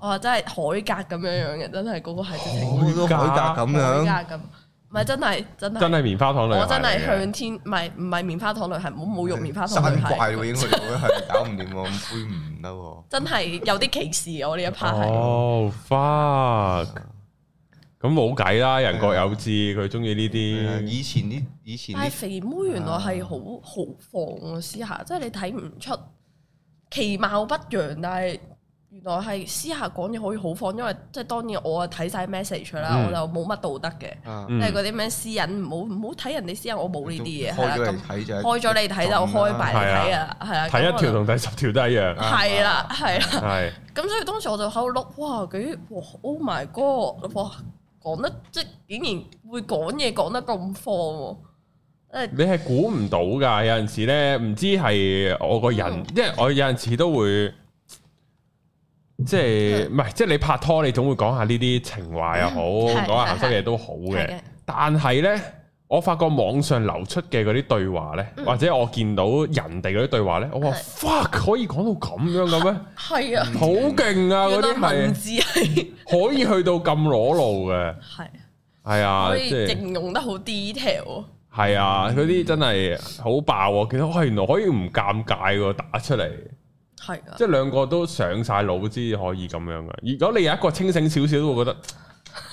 S2: 哇，
S3: 哇！真係海格咁樣樣嘅，真係嗰個係直情
S2: 好多海格咁樣，
S3: 海格咁，唔係真係真
S1: 真
S3: 係，
S1: 係棉花糖女
S3: 我
S1: 孩
S3: 真係
S1: 嚟嘅
S3: 向天，唔係唔係棉花糖女孩，唔好侮辱棉花糖女
S2: 山
S3: 孩，
S2: 怪喎，應該係搞唔掂喎，咁灰唔得喎，
S3: 真係有啲歧視我呢一 part 係。
S1: 哦，fuck！咁冇計啦，人各有志，佢中意呢啲。
S2: 以前啲以前
S3: 但係
S2: 啲
S3: 肥妹原來係好豪放啊，私下即係你睇唔出其貌不揚，但係原來係私下講嘢可以好放，因為即係當然我啊睇晒 message 啦，
S1: 嗯
S3: 我就冇乜道德嘅，
S2: 啊，
S3: 即係
S1: 嗯，
S3: 嗰啲咩私隱，唔好唔好睇人哋私隱，我冇呢啲嘢係啦
S2: 開咗
S3: 咁
S2: 嚟。睇就係
S3: 開咗你睇就開埋你睇啊，係啊，
S1: 睇一條啊同第十條都一樣，
S3: 係啦係啦，
S1: 係
S3: 咁所以當時我就喺度碌，哇幾哇 Oh my God，哇講得即係竟然會講嘢講得咁放喎，誒
S1: 你係估唔到㗎。有陣時咧，唔知係我個人
S3: 嗯，
S1: 因為我有陣時都會。即係唔係？即係你拍拖，你總會講下呢啲情話又好，
S3: 嗯
S1: 講
S3: 係
S1: 下鹹濕
S3: 係
S1: 嘢都好嘅
S3: 係。嘅，
S1: 但係呢，我發覺網上流出嘅嗰啲對話呢，
S3: 嗯
S1: 或者我見到人哋嗰啲對話呢，我話 fuck 可以講到咁樣嘅咩？
S3: 係啊，
S1: 好勁啊！嗰
S3: 原
S1: 啲
S3: 來
S1: 係
S3: 文字係
S1: 可以去到咁裸露嘅，
S3: 係
S1: 係啊，
S3: 可
S1: 即
S3: 以
S1: 係
S3: 形容得好 detail 喎，
S1: 係啊，嗰啲真係好爆喎！見到哇，原來可以唔尷尬喎，打出嚟，
S3: 係啊，
S1: 即係兩個都上晒腦先可以咁樣嘅。如果你有一個清醒少少，都會覺得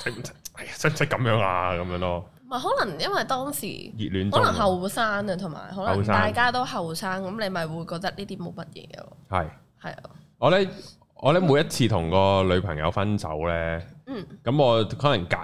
S1: 使唔使哎呀使唔使咁樣啊？咁樣咯，
S3: 唔係可能因為當時。
S1: 熱戀
S3: 可
S1: 中啊
S3: 能後生啊，同埋可
S1: 後
S3: 能
S1: 生
S3: 大家都後生，咁你咪會覺得呢啲冇乜嘢咯，
S1: 係。
S3: 係啊，
S1: 我咧，我咧每一次同個女朋友分手咧，
S3: 嗯，
S1: 咁我可能隔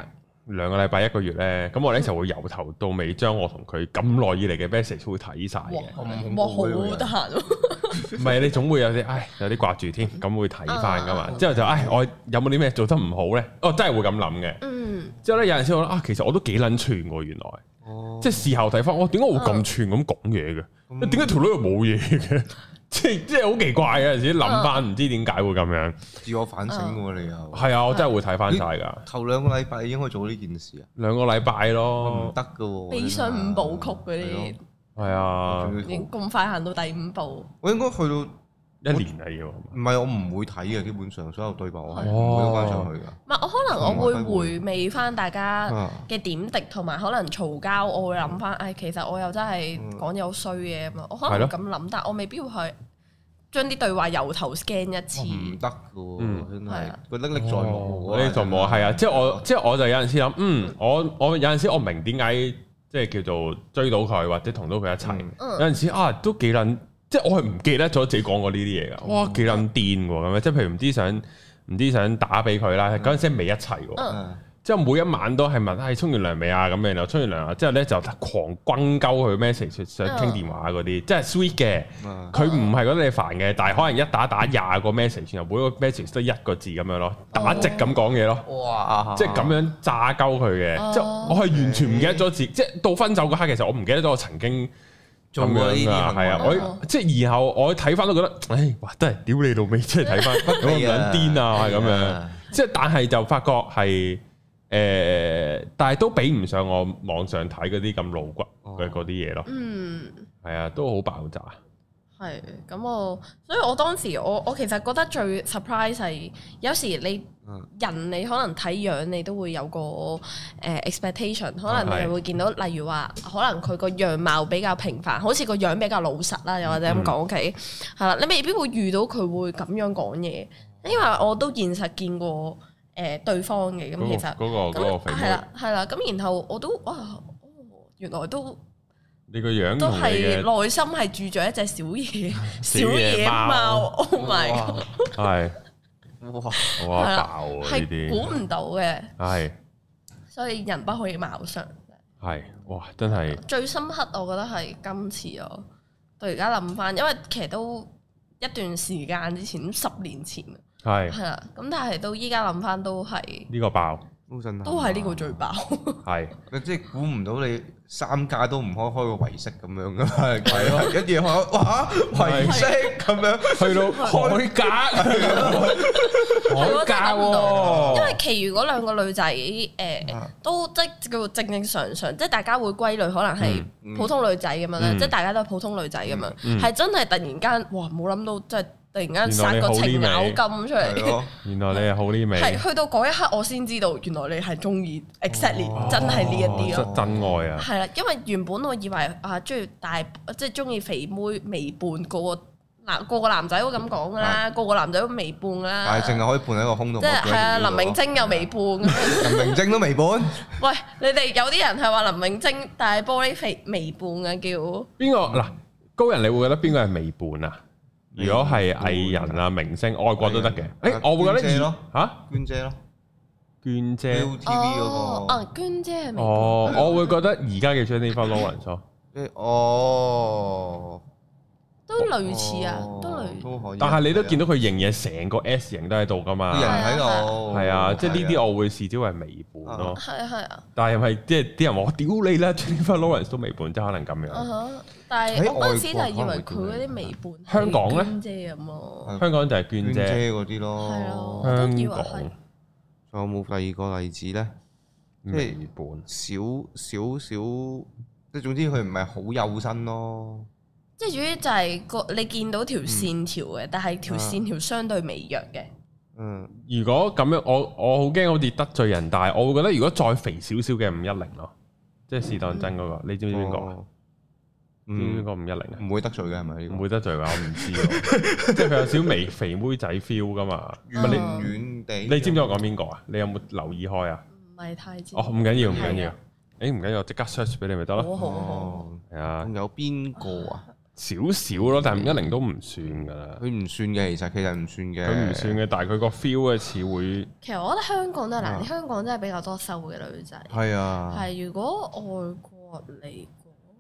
S1: 兩個禮拜一個月咧，咁我咧就會由頭到尾將我同佢咁耐以嚟嘅 message 會睇晒嘅。啊
S3: 哇
S2: 咁恐怖
S3: 哇
S2: 嘅呢個
S3: 好
S2: 人
S3: 得閒喎。
S1: 唔係你總會有啲，唉，有啲掛住添，咁會睇翻噶嘛
S3: 啊。
S1: 之後就，唉，我有冇啲咩做得唔好咧？哦，真係會咁諗嘅。
S3: 嗯，
S1: 之後咧有陣時我覺得啊，其實我都幾撚串喎，原來。
S2: 哦
S1: 即係事後睇翻，我點解我會咁串咁講嘢嘅？
S2: 嗯
S1: 點解條女又冇嘢嘅？ 即係即係好奇怪啊嘅，有陣時諗翻唔知點解會咁樣。
S2: 自我反省嘅喎，你又
S1: 係啊，我真係會睇翻晒㗎。
S2: 頭兩個禮拜應該做呢件事啊，
S1: 兩個禮拜
S2: 唔
S1: 咯，
S2: 得嘅喎，
S3: 悲傷五部曲嗰
S2: 係
S3: 啲
S2: 咯，
S1: 系啊，
S2: 仲要
S3: 已經咁快行到第五步，
S2: 我應該去到
S1: 一年嚟嘅喎。
S2: 唔係我唔會睇嘅，基本上所有對白我係
S1: 哦
S2: 唔會關上去
S3: 唔係我可能
S1: 啊
S3: 我會回味翻大家
S2: 㗎。啊
S3: 嘅點滴，同埋可能嘈交，我會諗翻，唉，其實我又真係講嘢好衰嘅咁啊，我可
S1: 嗯係咯
S3: 能會咁諗，但我未必會去將啲對話由頭 scan 一次
S2: 我，唔得
S1: 嗯
S2: 嘅喎，真
S3: 係
S2: 係
S3: 啊
S2: 佢歷歷在目
S1: 哦
S2: 喎。
S1: 歷歷在目係啊，即係我即係我就有陣時諗，嗯，我我有陣時我明點解即係叫做追到佢或者同到佢一齊，有
S2: 嗯
S3: 嗯，
S1: 陣時啊都幾撚，即係我係唔記得咗自己講過呢啲嘢㗎，哇幾撚癲喎咁樣，即係譬如唔知想唔知想打俾佢啦，嗰陣時未一齊喎。
S3: 嗯
S2: 啊
S1: 之後每一晚都係問，唉、沖完涼未啊？咁樣，然後沖完涼啊，之後咧就狂轟鳩佢 message 想傾電話嗰啲，即係 sweet 嘅。
S2: 啊
S1: 佢唔係覺得你煩嘅，但係可能一打打廿個 message，然後每個 message 都一個字咁樣咯，打直咁講嘢咯，
S2: 啊哇！
S1: 即係咁樣炸鳩佢嘅。
S3: 哦
S1: 即係我係完全唔記得咗自己，即係到分手嗰刻，其實我唔記得咗我曾經。
S2: 做過呢啲
S1: 咁樣㗎
S2: 行為
S1: 係啊！
S3: 哦
S1: 我即係然後我睇翻都覺得，唉，哇！真係屌你老味，即係 睇翻咁
S2: 係
S1: 撚
S2: 啊
S1: 癲啊
S2: 係
S1: 咁樣。即係但係就發覺係誒、呃但係都比唔上我網上睇嗰啲咁露骨
S3: 哦
S1: 嘅嗰啲嘢咯。
S3: 嗯。
S1: 係啊，都好爆炸。
S3: 係，咁我，所以我當時我我其實覺得最 surprise 係有時你
S2: 嗯
S3: 人你可能睇樣你都會有個誒、呃 expectation，可能
S1: 啊係
S3: 你係會見到例如話，可能佢個樣貌比較平凡，好似個樣比較老實啦，
S1: 嗯
S3: 又或者咁講 OK，係啦，你未必會遇到佢會咁樣講嘢，因為我都現實見過誒、呃、對方嘅，咁其實
S1: 嗰、個嗰、個嗰
S3: 咁
S1: 個肥
S3: 係
S1: 妹，
S3: 啦係啦，咁然後我都哇。哦原來都
S1: 你個樣
S3: 都
S1: 同你
S3: 係
S1: 嘅
S3: 內心係住咗一隻小 野
S1: 小
S3: 小
S1: 野
S3: 野
S1: 貓
S3: 貓，Oh my god！
S1: 係
S2: 哇！
S1: 哇
S3: 係啦
S1: 爆啊！呢
S3: 係
S1: 啲
S3: 估唔到嘅，
S1: 係
S3: 所以人不可以貌相。
S1: 係哇，真係
S3: 最深刻我覺得係今次咯，到而家諗翻，因為其實都一段時間之前，十年前
S1: 係
S3: 係啦，咁但係到依家諗翻都係
S1: 呢個爆
S2: 好震撼
S3: 都
S1: 啊
S3: 係呢個最 爆，
S1: 哦係
S2: 佢即係估唔到你三家都唔開開個維式咁樣 噶嘛，係咯，跟住開哇維式咁樣，
S1: 去 到海格，海
S3: 我
S1: 格
S3: 真係諗唔到因為
S1: 喎，
S3: 其餘嗰兩個女仔誒、
S1: 啊
S3: 呃都即係叫做正正常常，即係大家會歸類可能係
S1: 嗯
S2: 嗯
S3: 普通女仔咁樣咧，
S1: 嗯
S3: 即係大家都係普通女仔咁樣，係、
S1: 嗯
S3: 真係突然間哇冇諗到，即係突然間
S1: 原來你
S3: 殺個
S1: 好呢
S3: 程咬
S1: 味
S3: 金出
S2: 係
S3: 嚟。
S2: 咯，
S1: 原來你係好呢味，
S3: 係去到嗰一刻，我先知道原來你係中意 exactly
S2: 哦
S3: 真係呢一啲咯。
S1: 真真愛啊！
S3: 係啦，因為原本我以為啊，中意大即係中意肥妹微胖個個嗱個個男仔都咁講噶啦，個個男仔都微胖噶啦
S2: 但。係淨係可以判喺個空度，
S3: 即係係啊，林明
S2: 晶，
S3: 晶又微胖咁樣。
S2: 林明晶都未判，
S3: 喂，你哋有啲人係話林明晶但係玻璃肥微胖嘅叫
S1: 邊個嗱高人？你會覺得邊個係微伴啊？如果係藝人啊、明星、外國都得嘅。
S2: 藝
S1: 誒
S2: 人，
S1: 我會覺
S2: 娟
S1: 得
S2: 姐咯
S1: 嚇
S2: 娟姐咯
S1: 娟姐。
S2: ，ViuTV
S3: 哦
S2: 嗰
S3: 啊
S2: 個，
S3: 娟姐係微胖。
S1: 哦，我會覺得而家嘅 Jennifer Lawrence 咯
S2: 即係哦，
S3: 都類似啊，都類
S2: 都可以，
S1: 但係你都見到佢型嘢成個 S 型都喺度噶嘛
S2: 啲。人喺度，
S1: 係啊，即係呢啲我會視之為微伴咯。
S3: 係啊係啊，
S1: 但係咪即係啲人話我屌你啦，Jennifer Lawrence 都微伴，即係可能咁
S3: 啊
S1: 樣。
S3: 哈！但
S2: 喺
S3: 係我嗰陣時就
S2: 外
S3: 係以
S2: 國
S3: 為佢
S2: 可能會
S3: 嗰
S2: 叫
S3: 啲微胖
S1: 香港呢
S3: 娟姐咁咯。
S1: 香港就係娟
S2: 娟
S1: 姐，
S2: 姐嗰啲
S3: 係咯
S2: 咯。
S3: 我都
S1: 香
S3: 以為
S1: 港
S3: 係
S2: 仲有冇第二個例子咧？
S1: 微伴。
S2: 少少少，即係總之佢唔係好幼身咯。
S3: 即係主要就係個你見到條線條嘅，但係條線條相對微弱嘅。
S2: 嗯，
S1: 如果咁樣，我我好驚好似得罪人，但係我會覺得如果再肥少少嘅五一零咯，即係是當真嗰個，你知唔知邊個啊？
S2: 哦？
S1: 知唔知邊
S2: 嗯，
S1: 個五一零啊？
S2: 唔會得罪嘅係咪？
S1: 唔會得罪㗎，我唔知喎。即係佢有少微肥妹仔 feel 噶嘛？
S2: 遠
S3: 唔係
S2: 遠地，
S1: 你知唔知我講邊個啊？你有冇留意開啊？
S3: 唔係太知。
S1: 哦，唔緊要，唔緊
S3: 係
S1: 要
S3: 啊。
S1: 誒唔緊要，我即刻 search 俾你咪得咯。
S3: 好好好。
S2: 哦，
S1: 係啊
S2: 仲，有邊個啊？
S1: 少少咯，但係五一零都唔算㗎啦。
S2: 佢唔算嘅，其實其實唔算嘅，
S1: 佢唔算。嘅，但係佢個 feel 嘅似會
S3: 其實我覺得香港都係難
S2: 啊
S3: 啲，香港真係比較多瘦嘅女仔。
S2: 係啊，
S3: 係如果外國嚟講，
S2: 啊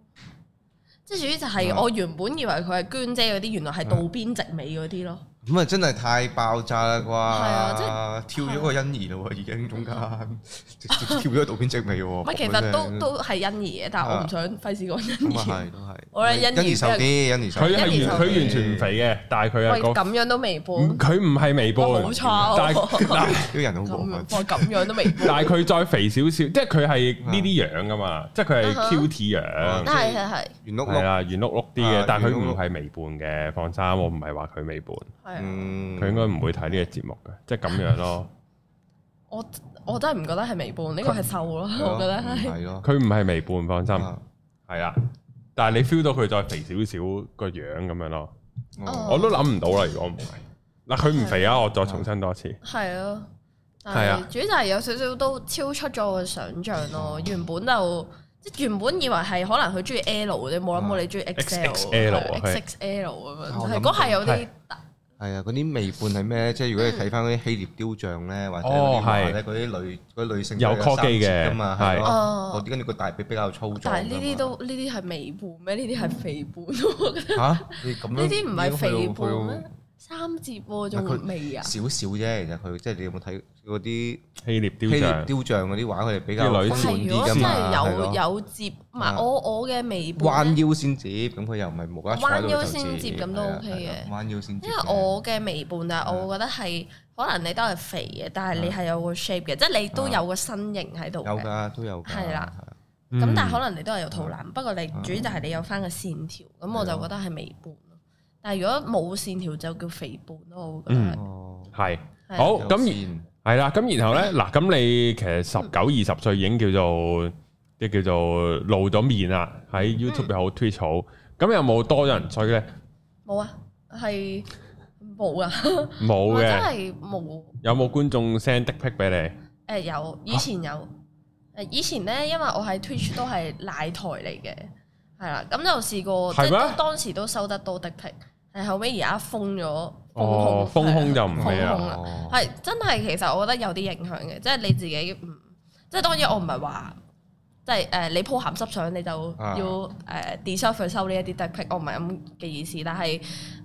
S3: 即係主要就係我原本以為佢係娟姐嗰啲，原來係渡邊直美嗰啲咯。
S2: 咁啊真係太爆炸啦啩！
S3: 啊
S2: 跳咗個欣宜咯喎，已經中間直接跳咗渡邊直尾喎。
S3: 唔係，其
S2: 講
S3: 實
S2: 聲
S3: 都都係欣宜嘅，但係我唔想費事講欣
S2: 咁啊
S3: 宜。
S2: 係都係。
S3: 我覺得欣
S2: 欣
S3: 宜
S2: 宜瘦啲，欣宜瘦啲。
S1: 佢
S3: 一
S1: 係
S3: 年
S1: 完
S3: 瘦
S1: 佢完全唔肥嘅，但係佢
S3: 喂，
S1: 係個嗯
S3: 咁樣都未
S1: 唔
S3: 半，
S1: 佢唔係微胖，
S3: 哇好差
S1: 但
S3: 喎
S1: 係但係
S2: 啲人好過
S3: 咁
S2: 分
S3: 樣。哇咁樣都未 半，
S1: 但係佢再肥少少，即係佢係呢啲樣噶嘛，即係佢係
S3: 嗯哼
S1: Q T 樣
S2: 嗯。
S3: 係係係
S2: 圓碌
S1: 係
S2: 碌，
S1: 啦，圓碌碌啲嘅
S2: 啊，
S1: 但係佢
S2: 圓碌
S1: 唔
S2: 碌
S1: 係微胖嘅，放心，我唔係話佢微胖，
S3: 係啊。
S2: 嗯，
S1: 佢應該唔會睇呢個節目嘅，即係咁樣 咯。
S3: 我我真係唔覺得係微胖，呢個係瘦咯，我覺得係。
S2: 係咯。嗯
S1: 佢唔係微胖，放心，
S2: 啊
S1: 係啦。但係你 feel 到佢再肥少少個樣咁樣咯，
S3: 哦
S1: 我都諗唔到啦。如果唔係，嗱佢唔肥啊，我再重新多次，
S3: 係咯，但
S1: 係啊
S3: 係主要就係有少少都超出咗我嘅想象咯。原本就即係原本以為係可能佢中意 L，你冇諗過你中意 XL、
S1: XXL 啊係
S3: XXL 咁
S2: 我
S3: 樣，
S2: 諗
S3: 係嗰下有啲
S1: 係
S2: 係啊，嗰啲微胖係咩咧？即係如果你睇翻嗰啲希臘雕像咧，或者嗰
S1: 哦
S2: 啲話咧，嗰啲女嗰啲女性
S1: 有
S2: 都
S1: call 機嘅
S2: 三節㗎嘛，係咯
S3: 係
S2: 嗰啲跟住個大髀比較粗壯㗎嘛。
S3: 但係呢啲都呢啲係微胖咩？呢啲係肥胖，我覺得
S2: 嚇你咁樣
S3: 呢啲唔係肥胖
S2: 去
S3: 咩
S2: 到？
S3: 三折喎，
S2: 但佢
S3: 仲未啊？
S2: 少少啫，其實佢即係你有冇睇嗰啲
S1: 希臘雕
S2: 希臘
S1: 像。
S2: 雕像嗰啲畫，佢哋比較
S1: 啲女
S3: 但
S2: 豐滿
S3: 哦係如
S2: 啲㗎
S3: 果真
S2: 嘛，
S3: 係
S2: 係
S3: 有
S2: 咯
S3: 有接，唔
S2: 啊
S3: 係我我嘅微胖啊呢
S2: 彎腰先接，咁佢又唔係無啦啦坐喺度
S3: 彎腰
S2: 就
S3: 先
S2: 接
S3: 摺咁都
S2: 係啊
S3: OK
S2: 係啊
S3: 嘅
S2: 彎腰先接
S3: 因為
S2: 嘅，
S3: 我嘅微胖，
S2: 啊
S3: 但係我覺得係可能你都係肥嘅，但係你係有個 shape 嘅，即係你都有個身形喺度
S2: 啊有
S3: 嘅。
S2: 㗎都有㗎，
S3: 係啦
S2: 係啊，
S1: 嗯
S3: 咁但係可能你都係有肚
S2: 啊
S3: 腩，不過你主要就係你有翻個線條，咁我就覺得係微胖咯。但係如果冇線條就叫肥胖咯，我會覺得係。
S2: 哦，
S1: 係
S3: 係
S1: 好
S2: 有
S1: 咁
S2: 線
S1: 係啦，咁然後咧，嗱，咁你其實十九二十歲已經叫做即係叫做露咗面啦，喺 YouTube 又好 Twitch 好，咁有冇多人追咧？
S3: 冇啊，係冇啊，
S1: 冇
S3: 我真
S1: 嘅，
S3: 係冇。
S1: 有冇觀眾 send 的 pic 俾你？
S3: 誒有，以前有。誒以前咧，因為我喺 Twitch 都係奶台嚟嘅，係啦，咁就試過，即
S1: 係咩
S3: 係當時都收得多的評，係後尾而家封咗，
S1: 哦，
S3: 封
S1: 封
S3: 控
S1: 空就唔
S3: 係
S1: 係
S3: 封
S1: 啊，
S3: 控啦
S2: 哦
S3: 係真係，其實我覺得有啲影響嘅，即係你自己唔，即係當然我唔係話，即係誒、你鋪鹹濕相你就
S2: 啊
S3: 要誒 deserve 去收呢一啲 dick pic，我唔係咁嘅意思，但係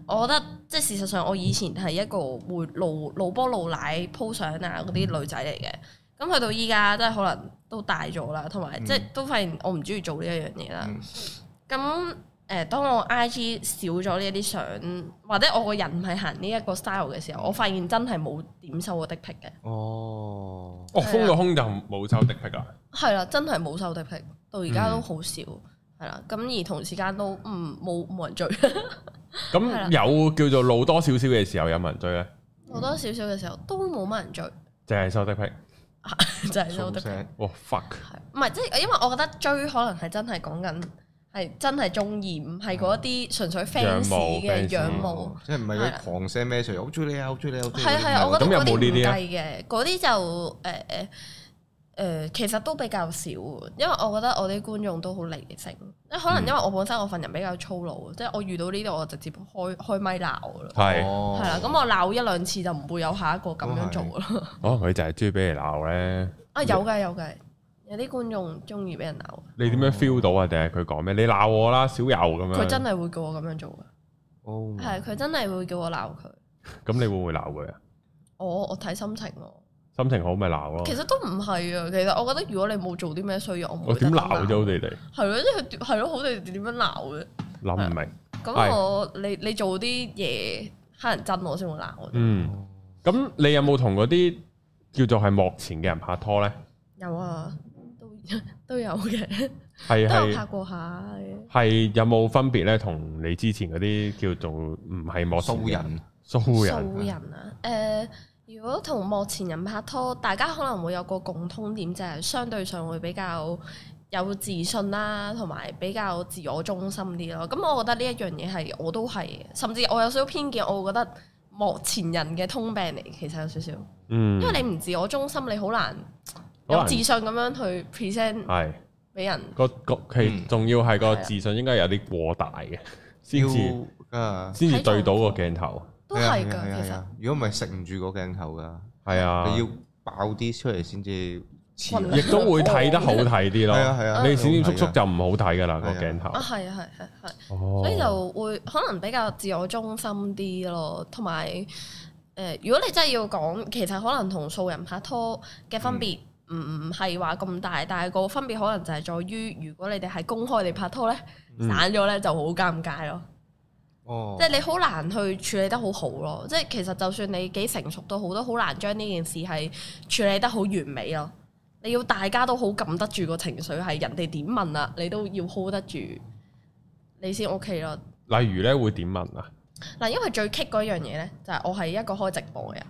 S3: 我覺得即係事實上我以前係一個會露露波露奶鋪相啊嗰啲女仔嚟嘅，咁去到依家即係可能都大咗啦，同埋即係都發現我唔中意做呢一樣嘢啦
S2: 嗯。
S3: 咁誒、當我 IG 少咗呢一啲相，或者我個人唔係行呢一個 style 嘅時候，我發現真係冇點收過的 pic 嘅，
S2: 哦，
S1: 哦，封咗空就冇收的 pic 啊，
S3: 係啦，真係冇收的 pic，到而家都好少，係啦、咁而同時間都嗯冇冇 人追，係
S1: 咁
S3: 啦
S1: 有叫做露多少少嘅時候有冇人追咧？
S3: 好多少少嘅時候都冇乜人 追，
S1: 淨係收的 pic，
S3: 就係收
S2: 數
S3: 的 pic，
S2: 聲
S1: 哇 fuck，
S3: 係唔係即係因為我覺得追可能係真係講緊係真係中意，唔係嗰啲純粹
S1: 嗯仰
S3: fans
S1: 慕
S3: 嘅
S1: fans
S3: 仰慕。
S2: 哦即係唔係
S3: 係
S2: 佢
S3: 啦
S2: 狂 send 咩水？我追你啊，我追你啊，我追你
S3: 係
S2: 啊！
S3: 啊係啊，
S2: 咁
S3: 我覺得
S1: 嗯有
S3: 嗰啲
S1: 冇
S3: 唔
S1: 呢啲
S3: 計嘅，嗰啲就誒誒誒，其實都比較少，因為我覺得我啲觀眾都好理性，即係可能
S1: 嗯
S3: 因為我本身我份人比較粗魯，即係我遇到呢啲我就直接開開咪鬧㗎啦，
S1: 係，
S2: 哦
S3: 係啦，咁我鬧一兩次就唔會有下一個咁樣做啦。
S1: 可能佢就哦係中意俾人鬧咧。
S3: 啊有㗎有㗎，有啲觀眾中意俾人鬧，
S1: 你點樣
S2: 哦
S1: feel 到啊？定係佢講咩？你鬧我啦，小友咁樣。
S3: 佢真係會叫我咁樣做㗎，
S1: 嗯
S2: 哦
S3: 係佢真係會叫我鬧佢，
S1: 咁，你會唔會鬧佢啊？
S3: 我我睇心情咯。
S1: 心情好咪鬧咯。
S3: 其實都唔係啊，其實我覺得如果你冇做啲咩衰嘢，我唔
S1: 我
S3: 會
S1: 點
S3: 特登
S1: 鬧啫？我哋
S2: 啊
S1: 哋
S3: 係咯，即係係咯，好地點樣鬧嘅？
S1: 諗唔明。係
S3: 咁我你你做啲嘢黑人憎我先會鬧我。
S1: 嗯，咁你有冇同嗰啲叫做係幕前嘅人拍拖咧？
S3: 有啊，都 都有嘅，
S1: 係
S3: 都有拍
S1: 係
S3: 過下嘅。
S1: 係有冇分別咧？同你之前嗰啲叫做唔係幕前
S2: 素
S1: 嘅
S2: 人
S1: 素
S3: 素
S1: 人
S3: 人啊，誒、如果同幕前人拍拖，大家可能會有個共通點，就係、相對上會比較有自信啦，同埋比較自我中心啲咯。咁我覺得呢一樣嘢係我都係嘅，甚至我有少少偏見，我會覺得幕前人嘅通病嚟，其實有少少。
S1: 嗯，
S3: 因為你唔自我中心，你好難
S1: 可
S3: 有
S1: 能
S3: 自信咁樣去 present
S1: 係
S3: 俾人。
S1: 個個其
S2: 嗯
S1: 仲要係個
S3: 係啊
S1: 自信應該有啲過大嘅，先
S2: 要
S1: 至
S2: 㗎，
S1: 先至對到個鏡頭。
S3: 都係
S2: 係啊係啊
S3: 㗎，其
S2: 係
S3: 實
S2: 啊如果唔係食唔住個鏡頭㗎，
S1: 係啊，
S2: 你要爆啲出嚟先至黐
S3: 混
S2: 啦
S3: 亂
S1: 亦都會睇得好睇啲咯。
S2: 係啊係啊
S1: 你閃閃縮縮就唔好睇噶啦個
S2: 係啊
S1: 鏡頭哦
S3: 啊，。係啊，係係係。
S1: 所
S3: 所以就會可能比較自我中心啲咯，同埋誒，如果你真係要講，其實可能同素人拍拖嘅分別唔係話咁大，但係個分別可能就係在於，如果你哋係公開地拍拖咧，
S1: 嗯
S3: 散咗咧就好尷尬咯，
S2: 哦
S3: 即係你好難去處理得好好咯，即係其實就算你幾成熟都好，都好難將呢件事係處理得好完美咯。你要大家都好撳得住個情緒，係人哋點問啊，你都要 hold 得住，你先 OK 咯。
S1: 例如咧會點問啊？
S3: 嗱，因為最棘嗰樣嘢咧，就係我係一個開直播嘅人，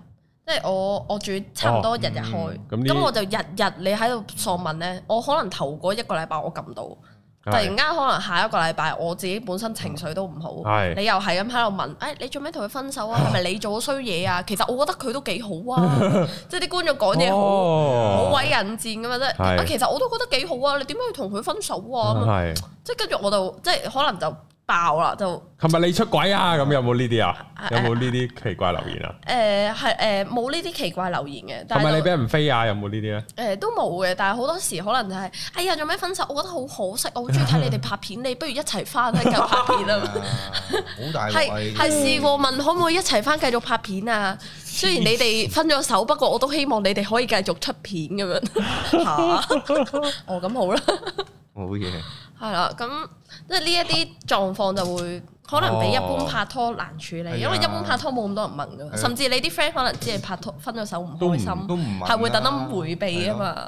S3: 即係我我仲要差唔多日日開，咁
S2: 哦、
S1: 嗯咁呢
S3: 我就日日你喺度喪問咧，我可能頭嗰一個禮拜我撳到，突然
S1: 係
S3: 間可能下一個禮拜我自己本身情緒都唔好，
S1: 係哦
S3: 你又係咁喺度問，誒、哎你做咩同佢分手啊？係咪你做咗衰嘢啊？其實我覺得佢都幾 好啊，即係啲觀眾講嘢好好
S1: 好
S3: 鬼引戰噶嘛，即係
S1: 哦係
S3: 啊其實我都覺得幾好啊，你點解要同佢分手啊？咁樣
S1: 係。
S3: 即係跟住我就即係可能就爆啦，就。
S1: 琴日你出軌啊？咁有冇呢啲 啊？
S3: 啊
S1: 有冇呢啲奇怪留言啊？
S3: 誒呃係誒冇呢啲奇怪留言嘅，但
S1: 琴日
S3: 係
S1: 你
S3: 就
S1: 俾
S3: 誒、
S1: 人飛啊？有冇呢啲 咧？
S3: 都冇嘅，但係好多時可能就係、哎呀做咩分手？我覺得好可惜，我好中意睇你哋拍片，你不如一齊翻啦，繼續拍片
S2: 啊
S3: 啦。
S2: 好大
S3: 係
S2: 鑊啊
S3: 係試過問可唔可以一齊翻繼續拍片啊？雖然你哋分咗手，不過我都希望你哋可以繼續出片咁樣嚇。哦，咁好啦，
S2: 好嘢，
S3: 係啦，咁即係呢一啲狀況就會可能比一般拍拖難處理，
S2: 哦
S3: 因為一般拍拖冇咁多人問噶嘛，
S2: 係啊
S3: 甚至你啲 friend 可能只係拍拖分咗手唔開心。
S2: 都
S1: 啊
S2: 唔係
S3: 係會等等迴避啊嘛。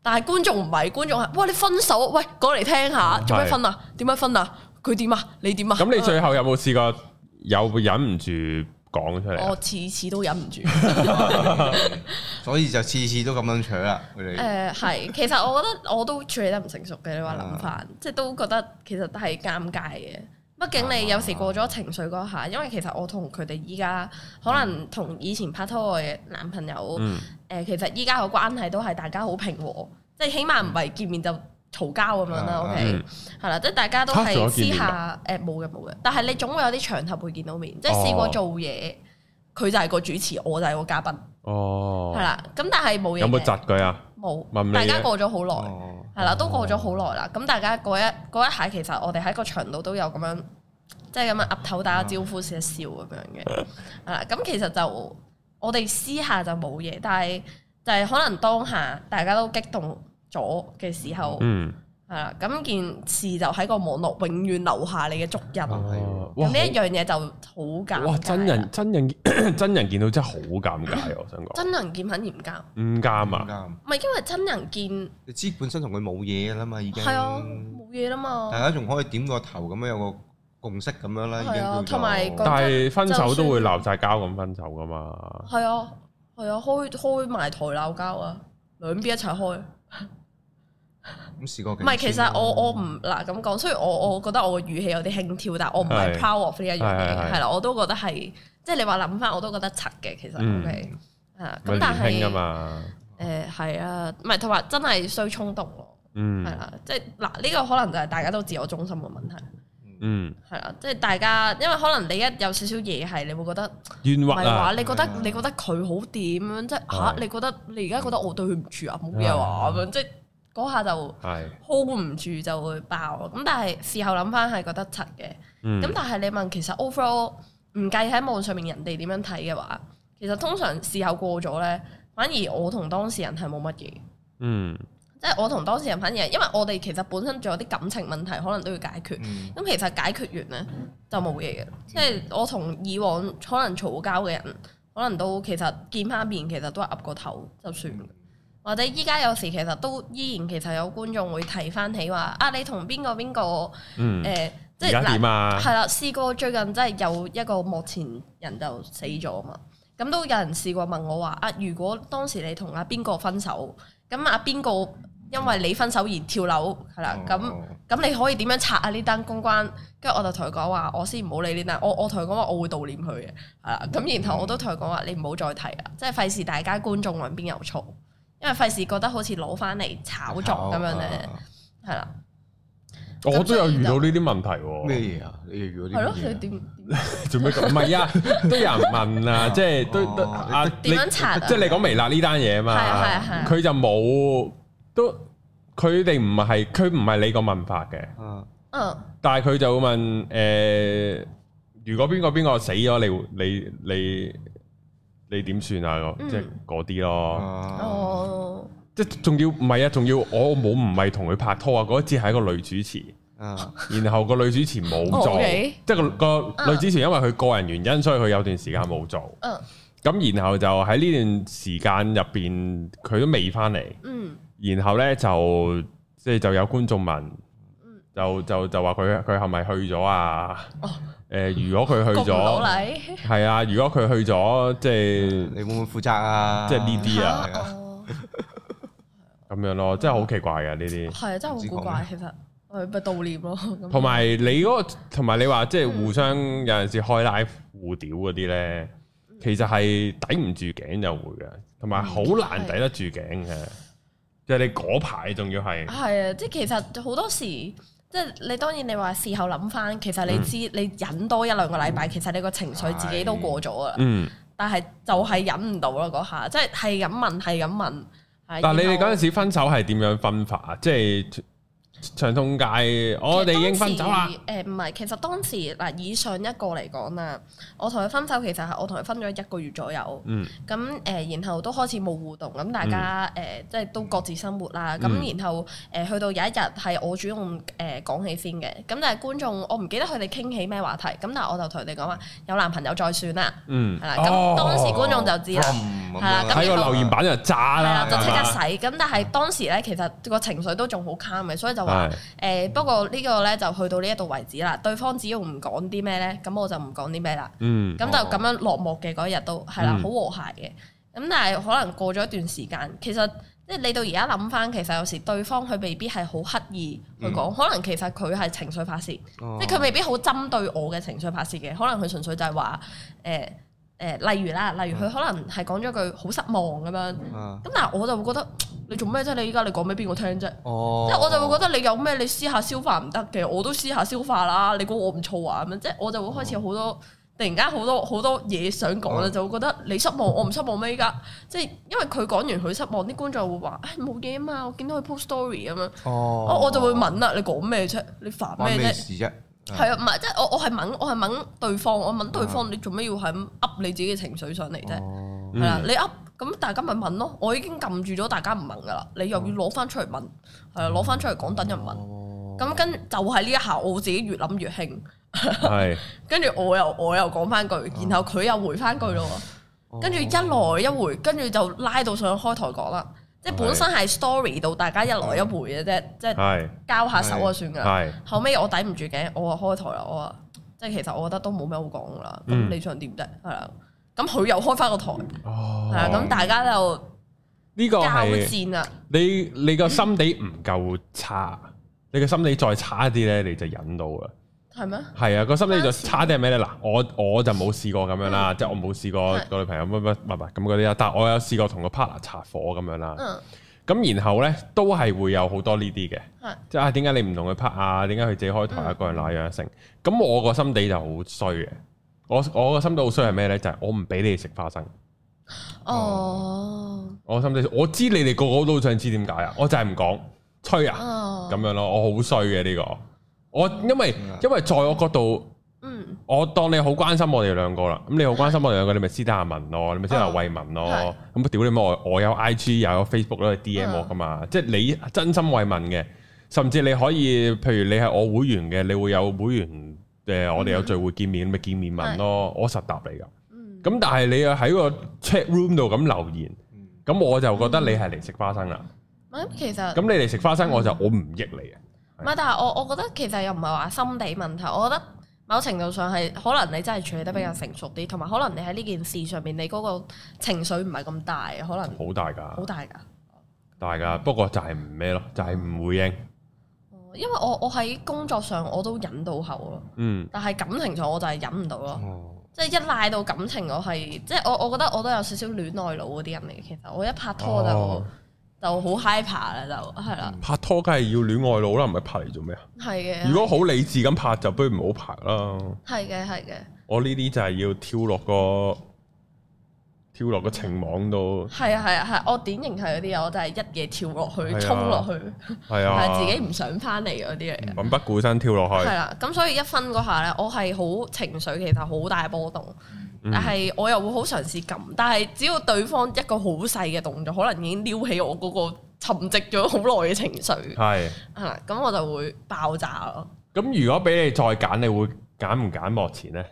S3: 但係觀眾唔係，觀眾係，哇！你分手，喂，講嚟聽下，做咩分啊？點解分啊？佢點啊？你點啊？
S1: 嗯咁你最後有冇試過有忍唔住講出嚟啊？
S3: 我次次都忍唔住。
S2: 所以就次次都咁樣搶啦，佢哋
S3: 誒係，其實我覺得我都處理得唔成熟嘅。你話諗
S1: 啊
S3: 翻，即係都覺得其實係尷尬嘅。畢竟
S1: 啊
S3: 你有時過咗情緒嗰下，因為其實我同佢哋依家可能同以前拍拖嘅男朋友誒、
S1: 嗯
S3: 其實依家個關係都係大家好平和，即係起碼唔係見面就嘈交咁樣啦。
S2: 嗯
S3: OK，
S1: 嗯
S3: 係啦，即係大家都
S1: 嚇仲有見
S3: 係私
S1: 面㗎
S3: 下誒冇嘅冇嘅，但係你總會有啲場合會見到面，即係試過
S1: 哦
S3: 做嘢，佢就係個主持，我就係個嘉賓，係
S1: 哦，
S3: 啦。咁但係冇嘢
S1: 有冇
S3: 嘅
S1: 窒佢啊？問
S3: 冇，
S1: 你
S3: 大家
S1: 嘅
S3: 過咗好耐。
S2: 哦
S3: 係啦，都過咗好耐啦。咁大家嗰一嗰一下，其實我哋喺個場度都有咁樣，即係咁樣岌頭打個招呼，笑一笑咁樣嘅。係啦，咁其實就我哋私下就冇嘢，但係就係可能當下大家都激動咗嘅時候，
S1: 嗯，
S3: 係啦，咁件事就喺個網絡永遠留下你嘅足印。
S2: 哦係
S1: 哦
S3: 咁呢
S1: 好
S3: 一樣嘢就好尷尬啦。
S1: 哇！真人真人真人見 到真係好尷尬啊，我想講
S3: 啊真人見很嚴格，
S1: 唔啱
S2: 唔
S1: 啊！
S2: 啱，
S3: 唔係因為真人見
S2: 你知本身同佢冇嘢噶啦嘛，已經
S3: 係啊冇嘢啦嘛
S2: 大。家仲可以點個頭咁樣有個共識咁樣啦，已經
S3: 係啊
S2: 叫做
S3: 同埋個
S1: 但係分手都會鬧晒交咁分手噶嘛？
S3: 係啊，係啊，開開埋台鬧交啊，兩邊一齊開。
S2: 咁試過幾
S3: 唔
S2: 次啊
S3: 係，其實我我唔嗱咁講，雖然我我覺得我嘅語氣有啲輕佻，但我唔係
S1: 係
S3: proud of 呢一樣
S1: 係係係
S3: 嘢，係啦，我都覺得係，即係你話諗翻我都覺得柒嘅，其實
S1: 嗯
S3: OK 啊，
S1: 咪
S3: 咁
S1: 年
S3: 但
S1: 輕噶
S3: 係
S1: 嘛？
S3: 誒係啊，唔係同埋真係需衝動咯，
S1: 嗯
S3: 係啦，即係嗱呢個可能就係大家都自我中心嘅問題，
S1: 嗯，
S3: 係啦，即係大家因為可能你一有少少嘢係，你會覺得。
S1: 冤屈
S3: 唔係話
S1: 啊！
S3: 你覺得
S2: 係啊
S3: 你覺得佢好點樣，即係
S1: 係
S3: 嚇你覺得你而家覺得我對佢唔住啊，冇嘢話咁樣，即係嗰下就
S1: 係
S3: hold 唔住就會爆咯。咁但係事後諗翻係覺得柒嘅。咁、
S1: 嗯
S3: 但係你問其實 overall 唔計喺網上面人哋點樣睇嘅話，其實通常事後過咗咧，反而我同當事人係冇乜嘢。
S1: 嗯
S3: 即係我同當事人反而係，因為我哋其實本身仲有啲感情問題，可能都要解決。
S2: 嗯
S3: 咁其實解決完咧就冇嘢嘅，即係我同以往可能嘈交嘅人，可能都其實見翻面其實都係噏個頭就算，或者依家有時其實都依然其實有觀眾會提翻起話啊，你同邊個邊個
S1: 嗯，
S3: 誒，即
S1: 而
S3: 係
S1: 家點
S3: 嗱
S1: 啊？
S3: 係啦，試過最近真係有一個幕前人就死咗嘛，咁都有人試過問我話啊，如果當時你同阿邊個分手，咁阿邊個因為你分手而跳樓係啦，咁。
S2: 哦
S3: 咁你可以點樣拆啊呢單公關？跟住我就同佢講話，我先唔好理呢單。我我同佢講話，我會悼念佢嘅，係啦。咁然後我都同佢講話，你唔好再提啦，即係費事大家觀眾兩邊有嘈，因為費事覺得好似攞翻嚟炒作咁樣咧，
S2: 啊
S3: 係啦。
S1: 我都有遇到呢啲問題喎。
S2: 咩嘢啊？你如果呢
S3: 係咯，
S2: 啲
S3: 你
S2: 嘢啊
S3: 點點
S1: 做咩咁？唔係 啊，都有人問啊，即係都都
S2: 哦
S1: 啊，
S3: 點樣拆啊？
S1: 你即係你講微辣呢單嘢嘛
S3: 係啊係啊係啊，
S1: 佢就冇都佢哋唔係佢唔係你個問法嘅，
S2: 啊
S3: 嗯，
S1: 但係佢就會問诶、誒如果邊個邊個死咗，你會你你你點算啊？
S3: 嗯
S1: 即係嗰啲咯，
S2: 哦，
S3: 哦，
S1: 即係仲要唔係啊？仲要我冇唔係同佢拍拖啊？嗰一節係一個女主持。
S2: 啊
S1: 然後個女主持冇做，
S3: 哦，OK
S1: 即係個個
S3: 嗯
S1: 女主持因為佢個人原因，所以佢有段時間冇做。
S3: 嗯
S1: 咁然後就喺呢段時間入邊，佢都未翻嚟。
S3: 嗯
S1: 然後呢，就即係就有觀眾問，
S3: 嗯，
S1: 就就就話佢佢係咪去咗啊？誒、
S3: 哦
S1: 如果佢 去
S3: 焗唔到
S1: 咗，
S3: 嚟
S1: 係啊，如果佢去咗，即係
S2: 你會唔會負責啊？
S1: 嗯即係呢啲啊
S2: 係
S3: 嚇 哦
S1: 咁樣咯，真係好奇怪嘅呢啲。
S3: 係啊，真係好古怪，其實誒咪悼念咯，咁
S1: 同埋你嗰、個，同埋你話即係互相有陣時開 live
S3: 嗯
S1: 互屌嗰啲咧，其實係抵唔住頸就會嘅，同埋好
S3: 嗯
S1: 難抵得住頸嘅。即係你嗰排仲要係
S3: 係啊，即係其實好多時，即係你當然你話事後諗翻，其
S1: 嗯
S3: 實你知你忍多一兩個禮拜，其實你個情緒自己都過咗啊。
S1: 嗯，
S3: 但係就係忍唔到咯嗰下，即係係咁問係咁問。但
S1: 但係你哋嗰陣時分手係點樣分法啊？即係長痛界，我哋哦已經分手啦。
S3: 其實當時誒唔係，其實當時嗱以上一個嚟講啦，我同佢分手其實係我同佢分咗一個月左右。
S1: 嗯
S3: 咁誒、然後都開始冇互動，咁大家誒、呃即係都各自生活啦。咁、
S1: 嗯
S3: 然後誒、去到有一日係我主動誒、呃講起先嘅，咁但係觀眾我唔記得佢哋傾起咩話題，咁但係我就同佢哋講話有男朋友再算啦，
S1: 嗯，哦
S3: 係啦。咁、當時觀眾就知啦。
S2: From 咁樣
S3: 係啦咁
S1: 睇個
S2: 啊
S1: 留言版就炸
S3: 係
S1: 啦
S3: 啦，，就即刻
S1: 係嘛
S3: 洗。咁但係當時咧，其實個情緒都仲好 calm 嘅，所以就話
S1: 係
S3: 誒、不過呢個咧就去到呢一度為止啦。對方只要唔講啲咩咧，咁我就唔講啲咩啦。
S1: 嗯
S3: 咁就咁樣落幕嘅嗰一日都係啦，
S1: 嗯
S3: 好和諧嘅。咁但係可能過咗一段時間，其實即係你到而家諗翻，其實有時對方佢未必係好刻意去講，可能其實佢係情緒發泄，
S2: 哦
S3: 即係佢未必好針對我嘅情緒發泄嘅，可能佢純粹就係話誒誒，例如啦，例如佢可能係講咗句好失望咁樣，
S2: 啊
S3: 咁但係我就會覺得你做咩啫？你依家你講俾邊個聽啫？
S2: 哦，
S3: 即係我就會覺得你有咩你私下消化唔得嘅，我都私下消化啦。你估我唔燥啊咁樣，即係我就會開始好多突然間好多好多嘢想講啦，
S2: 嗯
S3: 就會覺得你失望，我唔失望咩？依家即係因為佢講完佢失望，啲觀眾會話：，唉冇嘢啊嘛，我見到佢 post story 咁樣，
S2: 哦，
S3: 我我就會問啦，你講咩啫？你煩
S2: 關
S3: 咩
S2: 咩
S3: 啫？
S2: 事嗯啫？
S3: 係啊，唔係即係我我係問我係問對方，我問對方你做咩要係咁噏你自己嘅情緒上嚟啫？
S2: 嗯哦，
S1: 嗯
S3: 係啦，你噏咁大家咪問咯，我已經撳住咗大家唔問噶啦，你又
S2: 嗯
S3: 要攞翻出嚟問，係啊，攞翻出嚟講等人問。
S2: 哦
S3: 咁跟就係呢一下，我自己越諗越興，
S1: 係
S3: 跟住我又我又講翻句，然後佢又回翻句咯
S2: 哦
S3: 喎，跟住一來一回，跟住就拉到上開台講啦。即係本身係 story 到大家一來一回嘅啫，即係
S1: 係
S3: 交下手就啊算㗎啦。
S1: 係
S3: 後尾我抵唔住頸，我話開台啦，我話即係其實我覺得都冇咩好講㗎啦。咁
S1: 嗯
S3: 你想點啫？係啦，咁佢又開翻個台，係
S1: 哦
S3: 啊，咁大家就
S1: 呢個
S3: 交
S1: 係。
S3: 戰啦。
S1: 你你個心地唔夠差，你個心地再差啲咧，你就忍到啦。
S3: 係咩？
S1: 係啊，個心地就差啲係咩咧？嗱，我我就冇試過咁樣 啦，即係我冇試過
S3: 係
S1: 個女朋友乜乜乜乜咁嗰啲啦。但係我有試過同個 partner 擦火咁樣啦。
S3: 嗯，
S1: 咁然後咧都係會有好多呢啲嘅，
S3: 係
S1: 即係啊點解你唔同佢拍啊？點解佢自己開台啊？
S3: 嗯
S1: 各樣那樣成。咁我個心地就好衰嘅。我我個心地好衰係咩咧？就係、我唔俾你哋食花生。
S3: 哦，
S1: 我心地我知你哋個個都想知點解啊！我就係唔講，吹啊！
S3: 哦，
S1: 咁樣咯，我好衰嘅呢個，我因為
S2: 嗯
S1: 因為在我角度，
S3: 嗯，
S1: 我當你好關心我哋兩個啦，咁你好關心我哋兩個，你咪私底下問咯，你咪私底下慰問咯
S3: 哦，
S1: 咁屌你乜我我有 I G 又有 Facebook 都係 D M
S3: 嗯
S1: 我噶嘛，即係你真心慰問嘅，甚至你可以，譬如你係我會員嘅，你會有會員誒，我哋有聚會見面咪見面問咯，我實答你噶，
S3: 嗯，
S1: 咁但係你又喺個 chat room 度咁留言，
S2: 嗯
S1: 咁我就覺得你係嚟食花生啦，
S3: 咁其實
S1: 咁。你嚟食花生我就我唔益你啊。
S3: 唔係，但係我我覺得其實又唔係話心地問題，我覺得某程度上係可能你真係處理得比較成熟啲，同埋可能你喺呢件事上面你嗰個情緒唔係咁大，可能
S1: 好大㗎，
S3: 好大㗎。
S1: 大噶，不過就係唔咩咯，就係唔回應。
S3: 哦因為我我喺工作上我都忍到口咯，
S1: 嗯，
S3: 但係感情上我就係忍唔到咯。
S2: 哦
S3: 即係一賴到感情，我係即係我我覺得我都有少少戀愛腦嗰啲人嚟嘅。其實我一拍拖就、
S1: 哦
S3: 就好 hyper 啦，就係啦，
S1: 拍拖梗係要戀愛腦啦，唔係拍嚟做咩啊？
S3: 係嘅。
S1: 如果好理智咁拍，就不如唔好拍啦。
S3: 係嘅係嘅，
S1: 我呢啲就係要跳落個跳落個情網度，
S3: 係啊係啊係，我典型係嗰啲啊，我就係一夜跳落去
S1: 係啊
S3: 衝落去，
S1: 係
S3: 但
S1: 啊，
S3: 係自己唔想翻嚟嗰啲嚟嘅。
S1: 奮不顧身跳落去
S3: 係，啦，咁所以一分嗰下咧，我係好情緒其實好大波動，
S1: 嗯
S2: 嗯
S3: 但係我又會好嘗試撳，但係只要對方一個好細嘅動作，可能已經撩起我嗰個沉寂咗好耐嘅情緒，
S1: 係。
S3: 係啦，咁我就會爆炸咯。
S1: 咁如果俾你再揀，你會揀唔揀幕前咧？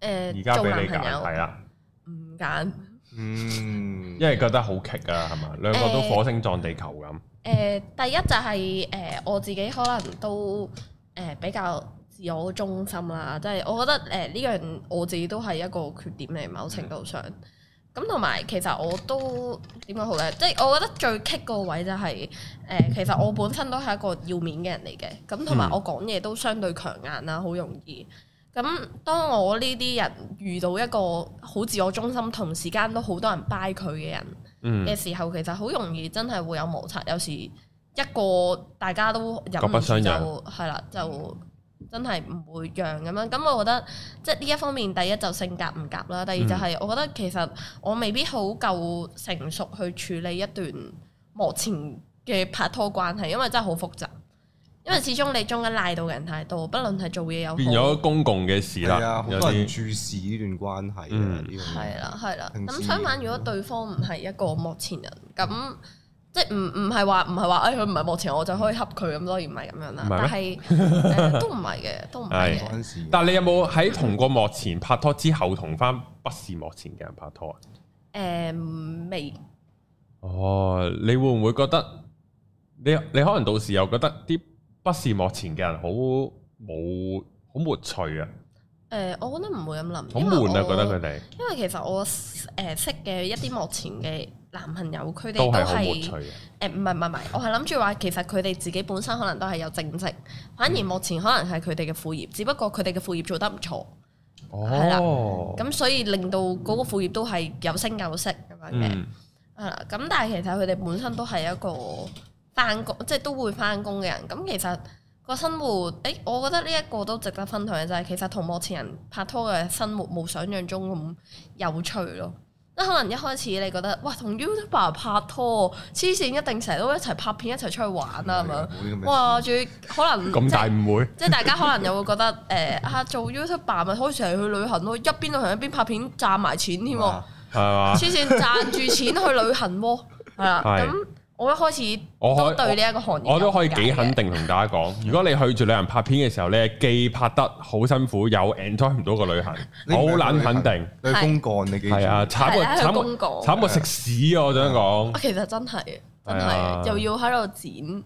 S1: 而
S3: 誒、
S1: 家
S3: 做
S1: 俾
S3: 男
S1: 你揀，
S3: 朋
S1: 係
S3: 友
S1: 啦，
S3: 唔揀
S2: 嗯，
S1: 因為覺得好棘啊，係嘛？兩個都
S3: 誒
S1: 火星撞地球咁，
S3: 誒，第一就係、誒、我自己可能都誒、比較自我中心啦，即、係、我覺得誒呢、樣我自己都係一個缺點嚟，某程度上。咁同埋其實我都點講好咧，即係我覺得最棘個位就係、誒，其實我本身都係一個要面嘅人嚟嘅，咁同埋
S1: 嗯
S3: 我講嘢都相對強硬啦，好容易。咁當我呢啲人遇到一個好自我中心，同時間都好多人 buy 佢嘅人。
S1: 嗯，
S3: 嘅時候，其實好容易真係會有摩擦，有時一個大家都忍
S1: 各
S3: 唔
S1: 不
S3: 住
S1: 相
S3: 就
S1: 讓
S3: 係啦，就真係唔會讓咁樣。咁我覺得即係呢一方面，第一就性格唔夾
S1: 嗯
S3: 啦，第二就係我覺得其實我未必好夠成熟去處理一段幕前嘅拍拖關係，因為真係好複雜。因為始終你中間賴到嘅人太多，不論係做嘢又好，
S1: 變咗公共嘅事
S2: 係啊，
S1: 啦，
S2: 好
S1: 有
S2: 多人
S1: 啲
S2: 注視呢段關係啊，
S1: 嗯
S2: 呢樣嘢
S3: 係啦，係啦。
S2: 平時
S3: 咁相
S1: 啊
S3: 反，如果對方唔係一個幕前人，咁即係唔唔係話唔係話，誒哎佢唔係幕前，我就可以恰佢咁咯，當然唔係咁樣啦。
S1: 唔係
S3: 但 係誒都唔係嘅，都唔係
S1: 係
S3: 嘅。
S2: 嗰陣時，
S1: 但你有冇喺同個幕前拍拖之後，同翻不是幕前嘅人拍拖啊？
S3: 誒未
S1: 哦，你會唔會覺得你你可能到時又覺得啲不是幕前嘅人好冇好沒趣啊，
S3: 誒，我覺得唔會咁諗，
S1: 好
S3: 因為
S1: 悶啊，
S3: 我
S1: 覺得佢哋
S3: 因為其實我誒識嘅一啲幕前嘅男朋友，佢哋
S1: 都
S3: 都
S1: 係好沒
S3: 係
S1: 趣啊嘅。
S3: 誒唔係唔係唔係，我係諗住話其實佢哋自己本身可能都係有正職，反
S1: 嗯
S3: 而幕前可能係佢哋嘅副業，只不過佢哋嘅副業做得唔錯。係啦
S1: 哦，
S3: 咁所以令到嗰個副業都係有升有息咁樣嘅，
S1: 嗯
S3: 係啦、咁但係其實佢哋本身都係一個翻工，即係都會翻工嘅人。咁其實個生活，誒、我覺得呢一個都值得分享嘅就係、其實同幕前人拍拖嘅生活冇想像中咁有趣咯。即係可能一開始你覺得，哇，同 YouTuber 拍拖，黐線一定成日都一齊拍片，一齊出去玩啊啦咁樣。
S2: 樣
S3: 哇，仲要可能
S1: 嗯咁
S3: 即係
S1: 大誤會。
S3: 即係大家可能又會覺得誒、啊做 YouTuber 咪可以成日去旅行咯，一邊旅行一邊拍片賺埋錢添喎，
S1: 係嘛？
S3: 黐線賺住錢去旅行喎，係啦。
S1: 係
S3: 咁我一開始
S1: 我可
S3: 都對呢一個行 業
S1: 我都可以
S3: 有誤解
S1: 幾
S3: 嘅
S1: 肯定同大家講，如果你去住旅行拍片嘅時候咧，既拍得好辛苦，又 enjoy 唔到個旅行，
S2: 你
S1: 我好
S2: 唔係
S1: 撚肯定。
S2: 你去公幹你記住，
S1: 係啊，慘過
S3: 係啊去
S1: 慘
S3: 公
S1: 過
S3: 幹
S1: 慘過食屎啊！我想講
S3: 啊，其實真係真
S1: 係啊
S3: 係又要喺度剪，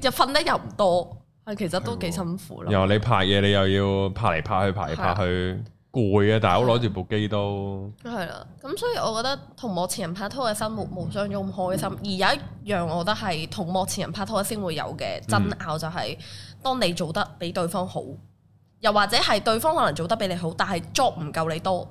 S3: 其又瞓得又唔多，係其實都幾辛苦
S1: 然
S3: 咯。
S1: 後你拍嘢，你又要拍嚟拍去，拍嚟拍去，攰啊！大佬攞住部機都
S3: 係啦，咁所以我覺得同幕前人拍拖嘅生活無相中咁開心，而有一樣我覺得係同幕前人拍拖先會有嘅爭拗，就係、當你做得比對方好，又或者係對方可能做得比你好，但係 job 唔夠你多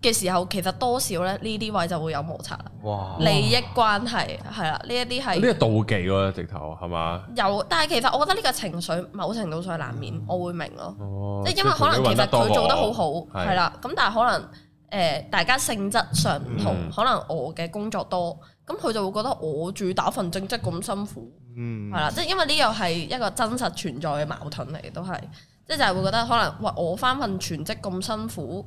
S3: 嘅時候，其實多少咧呢啲位就會有摩擦啦，
S2: 哇，
S3: 利益關係係啦，呢一啲
S1: 呢
S3: 係
S1: 個妒忌喎，直頭係嘛？
S3: 有，但係其實我覺得呢個情緒某程度上難免，我會明咯。
S1: 哦
S3: 即係因為可能其實佢做得好好，
S1: 係
S3: 係啦，咁但係可能誒、呃大家性質上唔同，
S1: 嗯
S3: 可能我嘅工作多，咁佢就會覺得我仲要打份正職咁辛苦，
S2: 嗯
S3: 係，啦，即係因為呢又係一個真實存在嘅矛盾嚟，都係，即係就係會覺得可能喂我翻份全職咁辛苦。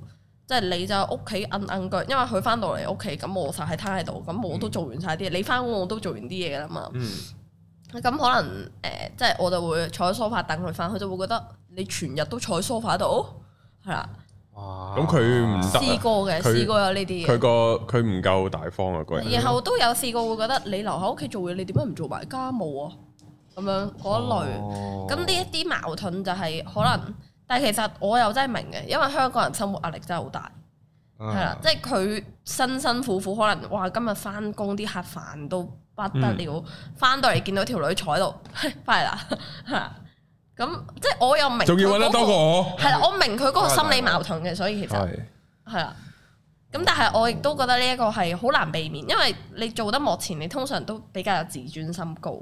S3: 即係你就屋企摁摁腳，因為佢翻到嚟屋企，咁我就係攤喺度，咁我都做完晒啲嘢，你翻工我都做完啲嘢㗎啦嘛。
S1: 嗯
S3: 咁可能誒、呃即係我就會坐喺 sofa 等佢翻，佢就會覺得你全日都坐喺 sofa 度，係啦，
S2: 哇，
S1: 咁佢唔得啊
S3: 試過嘅，
S1: 佢
S3: 試過有呢啲
S1: 佢
S3: 嘅。
S1: 個佢唔夠大方啊！個人
S3: 然後都有試過會覺得你留喺屋企做嘢，你點解唔做埋家務啊？咁樣嗰一類。
S2: 哦
S3: 咁呢一啲矛盾就係可能，但係其實我又真係明嘅，因為香港人生活壓力真係好大，
S2: 啊
S3: 係啦，，即係佢辛辛苦苦可能哇今日翻工啲客煩到不得了，翻到嚟見到條女坐喺度， 翻嚟啦，係啦咁即係我又明，
S1: 仲要揾得多過我，
S3: 係啦，我明佢嗰個心理矛盾嘅，所以其實。
S1: 係
S3: 係啦。咁但係我亦都覺得呢一個係好難避免，因為你做得幕前，你通常都比較有自尊心高，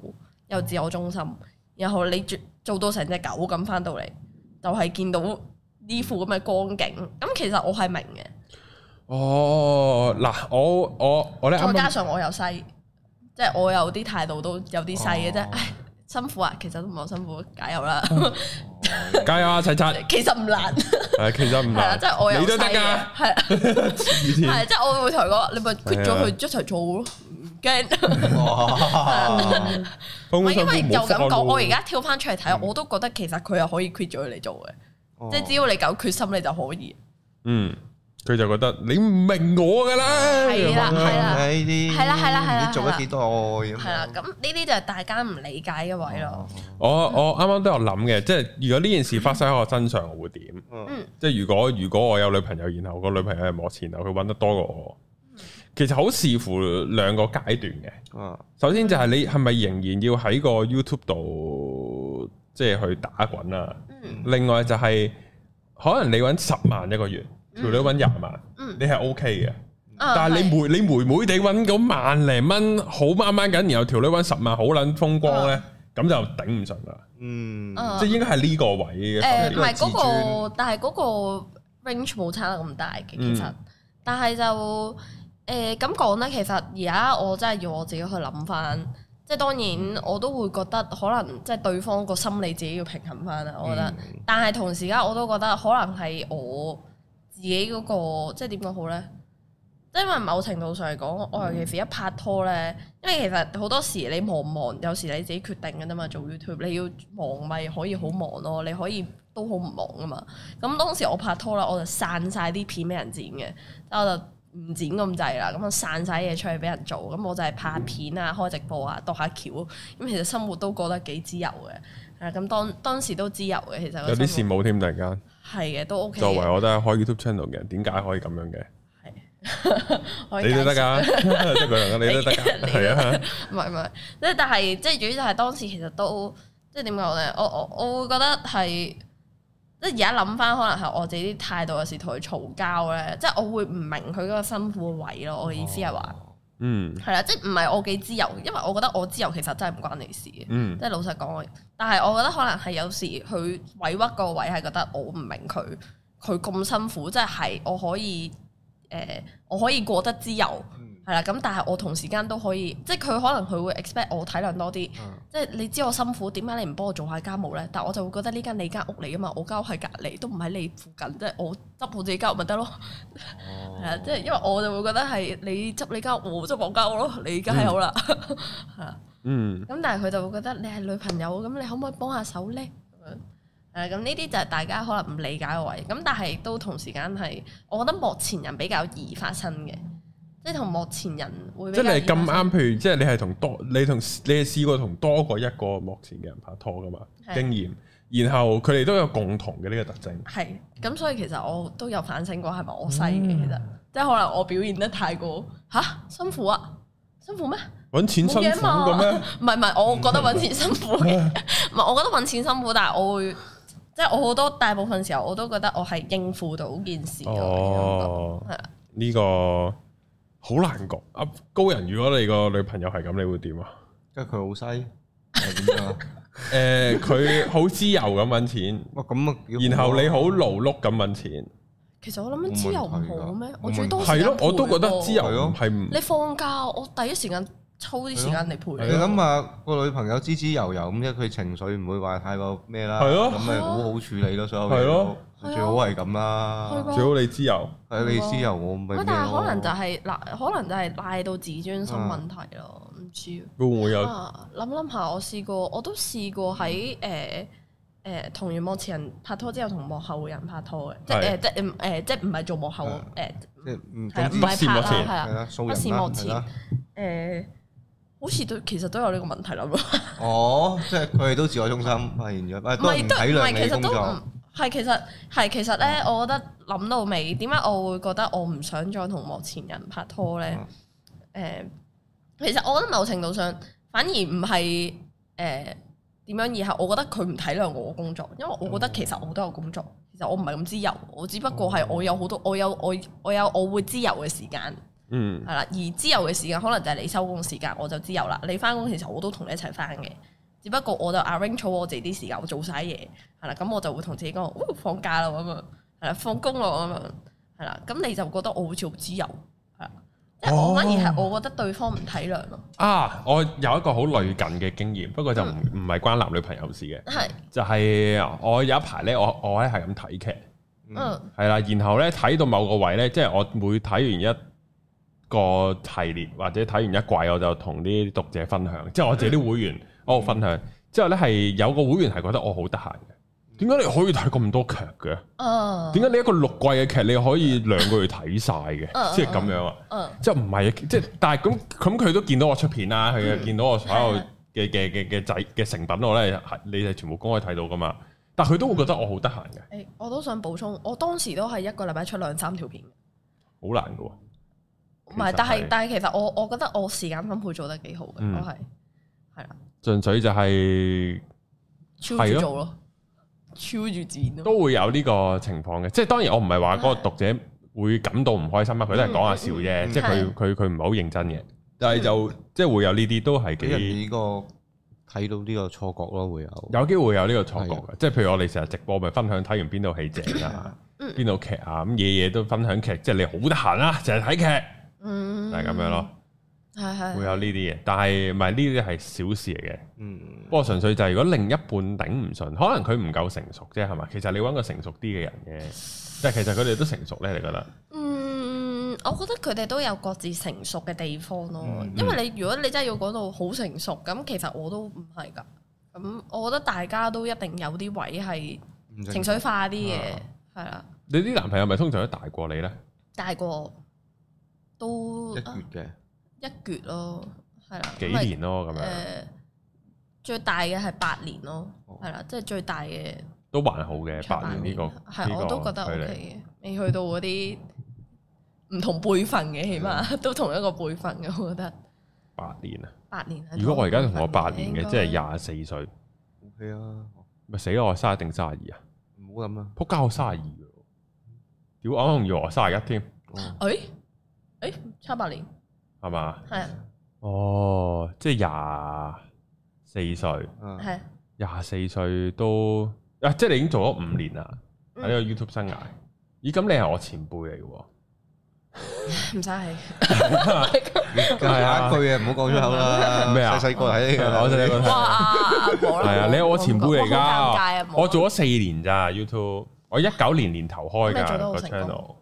S3: 有自我中心，然後你做做到成隻狗咁翻到嚟，就係、見到呢副咁嘅光景。咁其實我係明嘅，
S1: 哦，嗱，我我我咧啱
S3: 再加
S1: 啱
S3: 上我又細，即係我有啲態度都有啲細嘅啫。
S2: 哦
S3: 唉，辛苦啊，其實都唔係好辛苦，加油啦！
S1: 嗯加油啊，齊刷，
S3: 其實唔難，
S1: 係其實唔
S3: 係啊，
S1: 難
S3: 即，係我又
S1: 你都得
S3: 細
S1: 㗎
S3: 嘅，係啊
S1: 黐線啊
S3: 係啊即係我會同佢講，你咪 quit 咗佢一齊做咯，唔
S1: 通心
S3: 驚。唔係因為就
S1: 冇
S3: 咁講，我而
S1: 家
S3: 家跳翻出嚟睇，我都覺得其實佢又可以 quit 咗佢嚟做嘅，
S2: 哦
S3: 即係只要你夠決心，你就可以。
S1: 嗯，佢就覺得你唔明我㗎啦，
S3: 係啦係啦
S2: 呢啲
S3: 係啦係啦係啦
S2: 你做咗幾多愛咁樣？哦
S3: 係啦，咁呢啲就係大家唔理解嘅位咯。
S1: 我我啱啱都有諗嘅，即係如果呢件事發生喺我身上，我會點？
S2: 嗯。
S3: 嗯
S1: 即係如果如果我有女朋友，然後個女朋友係我前度，佢揾得多過我，其實好視乎兩個階段嘅。
S2: 嗯
S1: 首先就係你係咪仍然要喺個 YouTube 度即係去打滾啊？
S3: 嗯
S1: 另外就係、可能你揾十萬一個月，條女揾廿萬，
S3: 嗯，
S1: 你係 OK 嘅。
S3: 啊
S1: 但係你
S3: 係
S1: 妹你妹妹地揾嗰萬零蚊好掹掹緊，然後條女揾十萬好撚風光
S3: 哦
S1: 呢，咁就頂唔順啦。
S2: 嗯
S3: 啊
S1: 即係應該係呢個位嘅。
S3: 誒唔係
S2: 自尊
S3: 嗰個，但係嗰個 range 冇差得咁大嘅，其實。
S1: 嗯
S3: 但係就誒咁講咧，其實而家我真係要我自己去諗翻，即係當然我都會覺得可能即係對方個心理自己要平衡翻啦，我覺得。
S2: 嗯
S3: 但係同時間我都覺得可能係我自己嗰、個即係點講好咧？即係因為某程度上嚟講，我
S1: 嗯
S3: 尤其是一拍拖咧，因為其實好多時你忙唔忙，有時你自己決定嘅啫嘛。做 YouTube 你要忙咪可以好忙咯，你可以都好唔忙噶嘛。咁當時我拍拖啦，我就散晒啲片俾人剪嘅，我就唔剪咁滯啦，咁啊散晒嘢出去俾人做，咁我就係拍片啊、開直播啊、度下橋，咁其實生活都過得幾自由嘅。啊，咁當當時都自由嘅，其實個
S1: 有啲
S3: 生
S1: 羨
S3: 活
S1: 慕添，突然間。
S3: 係嘅，都 OK
S1: 作為
S3: 嘅。
S1: 我都係開 YouTube channel 嘅人，點解可以咁樣嘅？
S3: 可以
S1: 你都得
S3: 介紹，
S1: 㗎， 即係佢兩個你都得 㗎，係啊，
S3: 唔係唔係，即係但係即係主要就係當時其實都即係點講咧？我我我會覺得係即係而家諗翻，可能係我自己啲態度有時同佢嘈交咧，即係我會唔明佢嗰個辛苦嘅位咯。我嘅意
S2: 哦
S3: 思係話
S1: 嗯
S3: 係啦，即係唔係我幾自由，因為我覺得我自由其實真係唔關你事嘅。
S1: 嗯
S3: 即係老實講，但係我覺得可能係有時佢委屈個位係覺得我唔明佢，佢咁辛苦，即係係我可以誒、呃我可以過得之由
S2: 嗯
S3: 係啦。咁但係我同時間都可以，即係佢可能佢會 expect 我體諒多啲，
S2: 嗯
S3: 即係你知我辛苦，點解你唔幫我做下家務咧？但我就會覺得呢間你間屋嚟噶嘛，我間屋喺隔離，都唔喺你附近，即係我執好自己間屋咪得咯。
S1: 哦
S2: 哦
S3: 係啊，即係因為我就會覺得係你執你間屋，我執我間屋咯，你梗係好
S1: 哦
S3: 啦。
S1: 嗯，
S3: 咁但係佢就會覺得你係女朋友，咁你可唔可以幫下手咧？咁樣誒，咁呢啲就係大家可能唔理解嘅位。咁但係都同時間係，我覺得幕前人比較易發生嘅，即係同幕前人會比
S1: 即
S3: 較
S1: 係
S3: 易
S1: 你咁
S3: 發生
S1: 啱，譬如即係你係同多，你同你係試過同多過一個幕前嘅人拍拖噶嘛
S3: 係
S1: 經驗，然後佢哋都有共同嘅呢個特徵，
S3: 係咁，所以其實我都有反省過係咪我細
S1: 嗯
S3: 嘅，其實即係可能我表現得太過吓辛苦啊，辛苦咩？
S1: 揾錢辛苦
S3: 冇嘢嘛
S1: 嘅咩？
S3: 唔係唔係，我覺得揾錢 辛苦嘅，唔係我覺得揾錢辛苦，但係我會即係我好多大部分時候我都覺得我係應付到件事咯。
S1: 哦
S3: 係啊，
S1: 呢個好難講。啊，高人，如果你個女朋友係咁，你會點啊？
S2: 即係佢好犀，係點 啊？
S1: 誒，呃佢好自由咁揾錢，
S2: 哇咁啊，幾
S1: 然後
S2: 啊
S1: 你好勞碌咁揾錢，
S3: 其實我諗緊知又唔好咩？我最多時
S1: 係
S3: 間
S1: 咯，我都覺
S3: 陪
S1: 得
S3: 喎
S1: 自由唔係唔
S3: 你放假，我第一時間抽啲時間嚟陪
S2: 你
S1: 係
S3: 你
S1: 咯。
S2: 諗下個女朋友滋滋油油咁啫，佢情緒唔會話太過咩啦，
S1: 係咯
S2: 咁咪好好處理咯，所有
S1: 係
S2: 嘢
S1: 咯
S2: 都最好係咁
S3: 係
S2: 啦
S3: 㗎。
S1: 最好你自由。
S2: 係你滋油我咪咩
S3: 喂
S2: 咯，
S3: 但係可能就係嗱，可能就係賴到自尊心
S1: 啊
S3: 問題咯，唔知
S1: 會唔會有？
S3: 啊。諗諗下，我試過，我都試過喺誒誒同完幕前人拍拖之後，同幕後人拍拖嘅，即係誒
S1: 係
S3: 即係誒即係唔係做幕後
S2: 啊
S3: 誒
S2: 即係唔
S3: 係啊
S2: 總
S3: 唔
S2: 之
S1: 不是
S3: 係拍
S1: 幕
S3: 啦，
S1: 前
S3: 係
S2: 係
S3: 啊
S2: 啦，素
S3: 不是
S2: 人啦
S3: 幕，
S2: 係
S3: 前
S2: 啦。
S3: 誒，好似都其實都有呢個問題啦。
S2: 哦，即係佢哋都自我中心，發現咗，
S3: 唔係
S2: 啊都係唔體
S3: 唔
S2: 諒
S3: 係，
S2: 你
S3: 其實
S2: 工
S3: 都
S2: 作
S3: 唔。係，其實係其實咧，我覺得諗到尾點解我會覺得我唔想再同幕前人拍拖咧？誒、嗯其實我覺得某程度上反而唔係誒點樣，而係我覺得佢唔體諒我工作，因為我覺得其實我都有工作，其實我唔係咁自由，我只不過係我有好多我有我我有我會自由嘅時間
S1: 嗯
S3: 係啦，而自由嘅時間可能就係你收工時間，我就自由啦。你翻工其實我都同你一齊翻嘅，只不過我就 arrange 好我自己啲時啊間，我做晒嘢係啦，咁我就會同自己講，哦放假啦咁樣，係啦，放工咯咁樣，係啦，咁你就覺得我好似好自由，係啦，即係我
S1: 哦
S3: 反而係我覺得對方唔體諒咯，
S1: 啊，我有一個好類近嘅經驗，不過就唔唔係關男女朋友事嘅，
S3: 係，
S1: 就係、呃我有一排咧，我我咧係咁睇劇，
S2: 嗯
S3: 嗯，
S1: 係啦，然後咧睇到某個位咧，即係我每睇完一個系列或者睇完一季，我就同啲讀者分享，即係我自己啲會員我分享。之後咧係有個會員係覺得我好得閒嘅，點解你可以睇咁多劇嘅？
S3: 啊，
S1: 點解你一個六季嘅劇你可以兩個月睇晒嘅？
S3: 嗯
S1: 即係咁樣啊！
S3: 嗯，
S1: 即係唔係啊？即係但係咁咁，佢都見到我出片啦，佢又見到我所有嘅嘅嘅嘅仔嘅成品，我咧係你哋全部公開睇到噶嘛。但係佢都會覺得我好得閒嘅，
S3: 誒，我都想補充，我當時都係一個禮拜出兩三條片，唔
S1: 好難嘅喎。
S3: 係，
S1: 其實
S3: 但
S1: 係
S3: 係但係其實我我覺得我時間分配做得幾好嘅，
S1: 嗯
S3: 我係係啦，
S1: 純粹就係、
S3: 超
S1: 係
S3: 住
S1: 咯
S3: 做咯，超住自然咯，
S1: 都會有呢個情況嘅。即係當然我唔係話嗰個讀者會感到唔開心啊，佢都係講下笑啫，
S2: 嗯
S1: 即係佢
S3: 係
S1: 佢佢唔係好認真嘅。但係就即係會有呢啲都係
S2: 俾人哋
S1: 幾
S2: 呢個睇到呢個錯覺咯，會有。
S1: 有機會有呢個錯覺嘅。即係譬如我哋成日直播咪分享睇完邊套戲正啊，
S3: 嗯
S1: 邊套劇啊，咁夜夜都分享劇，即係你好得閒啦，成日睇劇。
S3: 嗯，
S1: 就係咁樣咯，，
S3: 係係
S1: 會有呢啲嘢，但係唔係呢啲係小事嚟嘅。
S2: 嗯
S1: 不過純粹就係如果另一半頂唔順，可能佢唔夠成熟啫，係嘛？其實你揾個成熟啲嘅人嘅，但係其實佢哋都成熟咧，你覺得？
S3: 嗯，我覺得佢哋都有各自成熟嘅地方咯。
S2: 嗯
S3: 因為你如果你真係要講到好成熟，咁其實我都唔係㗎。咁我覺得大家都一定有啲位係
S2: 唔正
S3: 情緒化啲嘅
S2: 啊，
S3: 係啦、
S1: 你啲男朋友咪通常都大過你呢？
S3: 大個都
S2: 一
S3: 啊
S2: 橛嘅，
S3: 一橛咯，係啦，
S1: 幾
S3: 因為
S1: 年咯咁
S3: 誒、
S1: 樣，
S3: 最大嘅係八年咯
S2: 哦，
S3: 係啦，即係最大嘅
S1: 都還好嘅，八年呢個
S3: 係我都覺
S1: 呢
S3: 得
S1: 個
S3: O
S1: 距離。
S3: K 嘅，未去到嗰啲唔同輩份
S1: 嗯
S3: 嘅，起碼 都同一個輩份嘅，我覺得。
S1: 八年啊！
S3: 八年係
S1: 如果我而家同我八年
S3: 應
S1: 嘅，
S3: 該
S1: 即係廿四歲，
S2: O K 啊，
S1: 咪死啦！我卅定卅二啊？
S2: 唔好咁啦。
S1: 仆街！我卅二喎，屌我啱啱以為我卅一添，
S2: 哦
S3: 誒誒差八年，
S1: 係嘛？
S3: 係啊
S1: 哦，即係廿四歲。
S2: 啊
S3: 係啊，
S1: 廿四歲都啊，即係你已經做咗五年啦，喺
S3: 嗯
S1: 呢個 YouTube 生涯。咦，咁你係我前輩嚟嘅喎，
S3: 唔使係
S2: 咁下一句啊，唔好講出口啦。
S1: 咩啊
S2: 細細個睇呢個，
S1: 我哋
S3: 哇阿婆啦，
S1: 係啊，你係我前輩嚟
S3: 我好尷尬啊
S1: 㗎。
S3: 冇
S1: 我做咗四年咋 YouTube，我一九年年頭開
S3: 咁你做得
S1: 㗎
S3: 好
S1: 個
S3: 成功
S1: channel，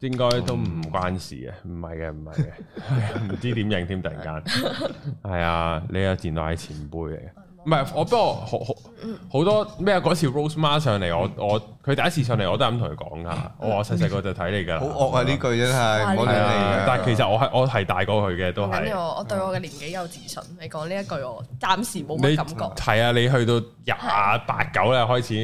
S1: 應該都唔關事嘅，唔係嘅，唔係嘅，係 啊唔知點認添，突然間係啊，你又前代係前輩嚟嘅。唔係，我不過好好
S3: 嗯
S1: 好多咩啊嗰次 Rose Ma 上嚟，我我佢第一次上嚟，我都係咁同佢講 噶。我話我細細個就睇你㗎啦，
S2: 好惡啊！呢句真係，唔好
S1: 係
S2: 理你
S1: 啊
S2: 啊。
S1: 但係其實我係我係大過佢嘅，都
S3: 唔緊
S1: 係
S3: 要，我對我嘅年紀有自信。你講呢一句，我暫時冇
S1: 你
S3: 乜感覺。
S1: 係啊，你去到廿八九咧開始
S3: 誒，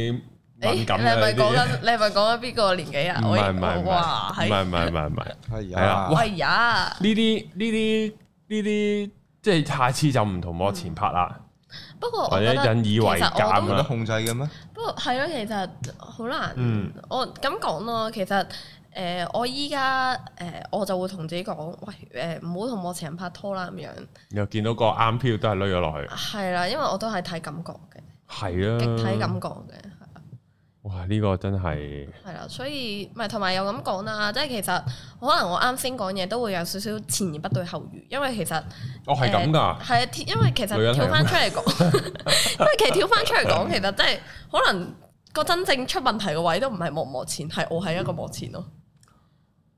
S1: 敏
S3: 你
S1: 感
S3: 係
S1: 啦呢
S3: 咪講
S1: 啲。
S3: 緊？你係咪講緊邊個年紀啊？
S1: 唔
S3: 我
S1: 係唔係唔
S3: 哇，
S1: 係唔
S3: 係
S1: 係唔係唔係唔係呢
S2: 係
S1: 係啊
S2: 啊，
S1: 哇
S3: 喂呀！
S1: 啲呢啲呢啲，即係下次就唔同我前拍啦。
S3: 不過
S1: 或
S3: 我
S1: 者
S3: 覺得
S1: 引以為
S3: 其實
S1: 鑑
S3: 我都
S1: 啊
S2: 有得控制嘅咩？
S3: 不過係咯，其實好難。
S1: 嗯
S3: 我咁講咯，其實誒、呃我依家誒我就會同自己講，喂誒呃唔好同我前任拍拖啦咁樣。
S1: 又見到個啱票都係攞咗落去，
S3: 係啦，因為我都係睇感覺嘅，極睇
S1: 係啊
S3: 感。覺嘅，係啦
S1: 哇！呢個真係
S3: 係啦，所以咪同埋又咁講啦，即係其實可能我啱先講嘢都會有少少前言不對後語，因為其實。
S1: 哦係咁㗎，
S3: 係啊，因為其
S1: 嗯女
S3: 實
S1: 人係
S3: 跳
S1: 咁
S3: 翻出嚟講， 因為其實跳翻出嚟講，其實真係可能個真正出問題嘅位都唔係幕唔幕前，係我係一個幕前咯。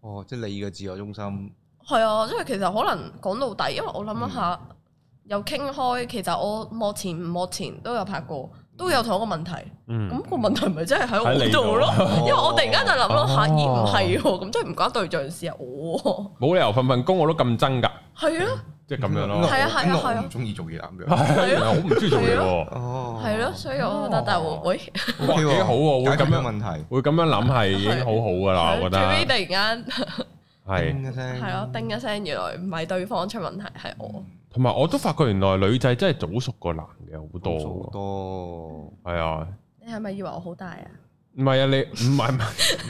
S2: 哦，即係你嘅自我中心。
S3: 係啊，因為其實可能講到底，因為我諗一下，
S1: 嗯
S3: 又傾開，其實我幕前唔幕前都有拍過，都有同一個問題。
S1: 嗯
S3: 咁、個問題咪真係喺
S1: 喺
S3: 我
S1: 你
S3: 度咯
S1: 度？
S3: 因為我突然間就諗咯
S1: 哦
S3: 嚇，咦唔係喎，咁真係唔關對象事啊，我喎
S1: 冇理由份份工我都咁憎㗎，
S3: 係啊，
S1: 即係咁樣
S2: 因為我
S1: 咯。
S3: 係啊係啊
S2: 因為我
S3: 係啊
S2: 唔中意做嘢咁樣。
S1: 係啊，好唔中意做嘢喎。
S2: 哦
S3: 係咯，所以我覺得但係喂。
S1: 哇
S2: ，OK 喎
S1: 幾好喎會
S2: 解
S1: 咁
S2: 決
S1: 樣
S2: 咗問題。
S1: 會咁樣諗哦係已經好好㗎啦，我覺
S3: 最尾
S1: 得嗯
S3: 突然間
S1: 係。
S2: 叮一聲
S3: 係咯，叮一聲，原來唔係對方出問題，係哦我。
S1: 同埋我都發覺原來女仔真係早熟過男嘅好多
S2: 好
S1: 喎，
S2: 多。
S1: 係啊，
S3: 你係咪以為我好大啊？
S1: 唔係啊，你唔係唔係，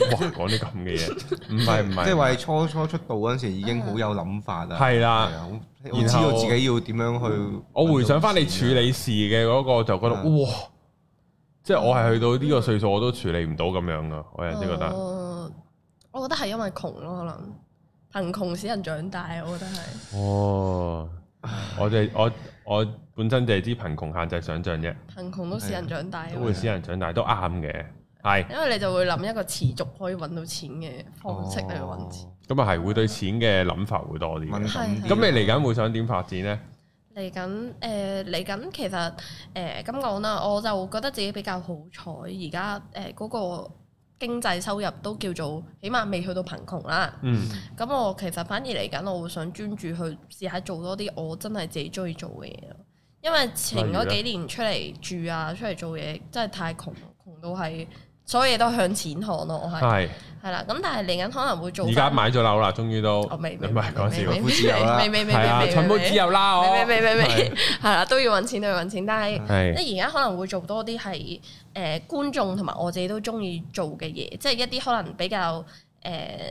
S1: 哇講啲咁嘅嘢，唔係唔係，
S2: 即係話你初初出道嗰陣時已經好有諗法啦。
S1: 係啦
S2: 係啊，好
S1: 然後
S2: 我知道自己要點樣去。
S1: 我回想翻你處理事嘅嗰個就覺得
S2: 嗯
S1: 哇，即係我係去到呢個歲數，我都處理唔到咁樣噶。我有啲覺得，
S3: 哦我覺得係因為窮咯，可能貧窮使人長大，我覺得係。
S1: 哦，我哋我我本身就係知貧窮限制想像啫，
S2: 啊
S3: 貧窮都使人長大，
S1: 啊
S3: 啊
S1: 都會使人長大都啱嘅。係
S3: 因為你就會諗一個持續可以揾到錢嘅方式嚟去揾錢。
S1: 咁啊，係會對錢嘅諗法會多啲嘅。
S2: 哦敏感啲。啊
S1: 咁你嚟緊會想點發展呢？
S3: 嚟緊誒嚟緊，其實誒咁講啦，我就覺得自己比較好彩，而家誒嗰個經濟收入都叫做起碼未去到貧窮啦。
S1: 嗯，
S3: 咁我其實反而嚟緊，我會想專注去試下做多啲我真係自己中意做嘅嘢咯。因為前
S1: 例如
S3: 嗰
S1: 呢
S3: 幾年出嚟住啊，出嚟做嘢真係太窮，窮到係所有嘢都向錢看咯。我係
S1: 係
S3: 係啦，咁但係嚟緊可能會做
S1: 而
S3: 返
S1: 家買咗樓啦，終於都
S3: 哦
S1: 唔
S3: 未未
S1: 係講笑，
S3: 未
S2: 夫子有啦
S3: 未未未未
S1: 係啊，
S3: 未
S1: 財務自由啦，我
S3: 未未未未
S1: 係
S3: 係啦，都要揾錢都要揾錢，但係
S1: 係
S3: 即係而家可能會做多啲係誒觀眾同埋我自己都中意做嘅嘢，即係一啲可能比較誒、呃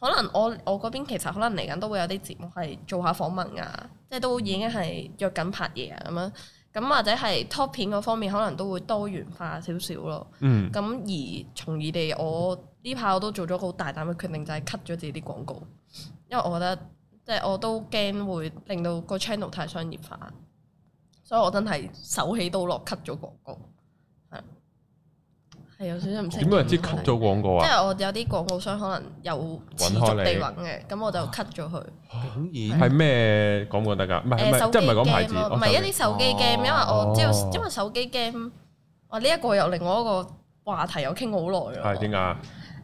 S3: 可能我我嗰邊其實可能嚟緊都會有啲節目係做下訪問啊，即係都已經係約緊拍嘢啊咁樣，咁或者係 top 片嗰方面可能都會多元化少少咯。
S1: 嗯，
S3: 咁而從而地，我呢排我都做咗個好大膽嘅決定，就係 cut 咗自己啲廣告，因為我覺得即係我都驚會令到個 channel 太商業化，所以我真係手起刀落 cut 咗廣告，係啊係有少少唔識
S1: 點解知 cut 咗廣告
S3: 即
S1: 啊？
S3: 係我有啲廣告商可能有持續地揾嘅，咁我就 cut 咗佢。
S2: 竟然
S1: 係咩廣告得㗎？唔係唔
S3: 誒
S1: 係
S3: 手
S1: 即
S3: 機
S1: 係唔係講牌子，
S3: game 咯，
S1: 哦
S3: 唔係一啲手機 game，因為我知
S1: 哦
S3: 道，因為手機 game，我呢一個又另外一個話題又傾好耐
S1: 手
S3: 咯。
S1: 機係點解啊？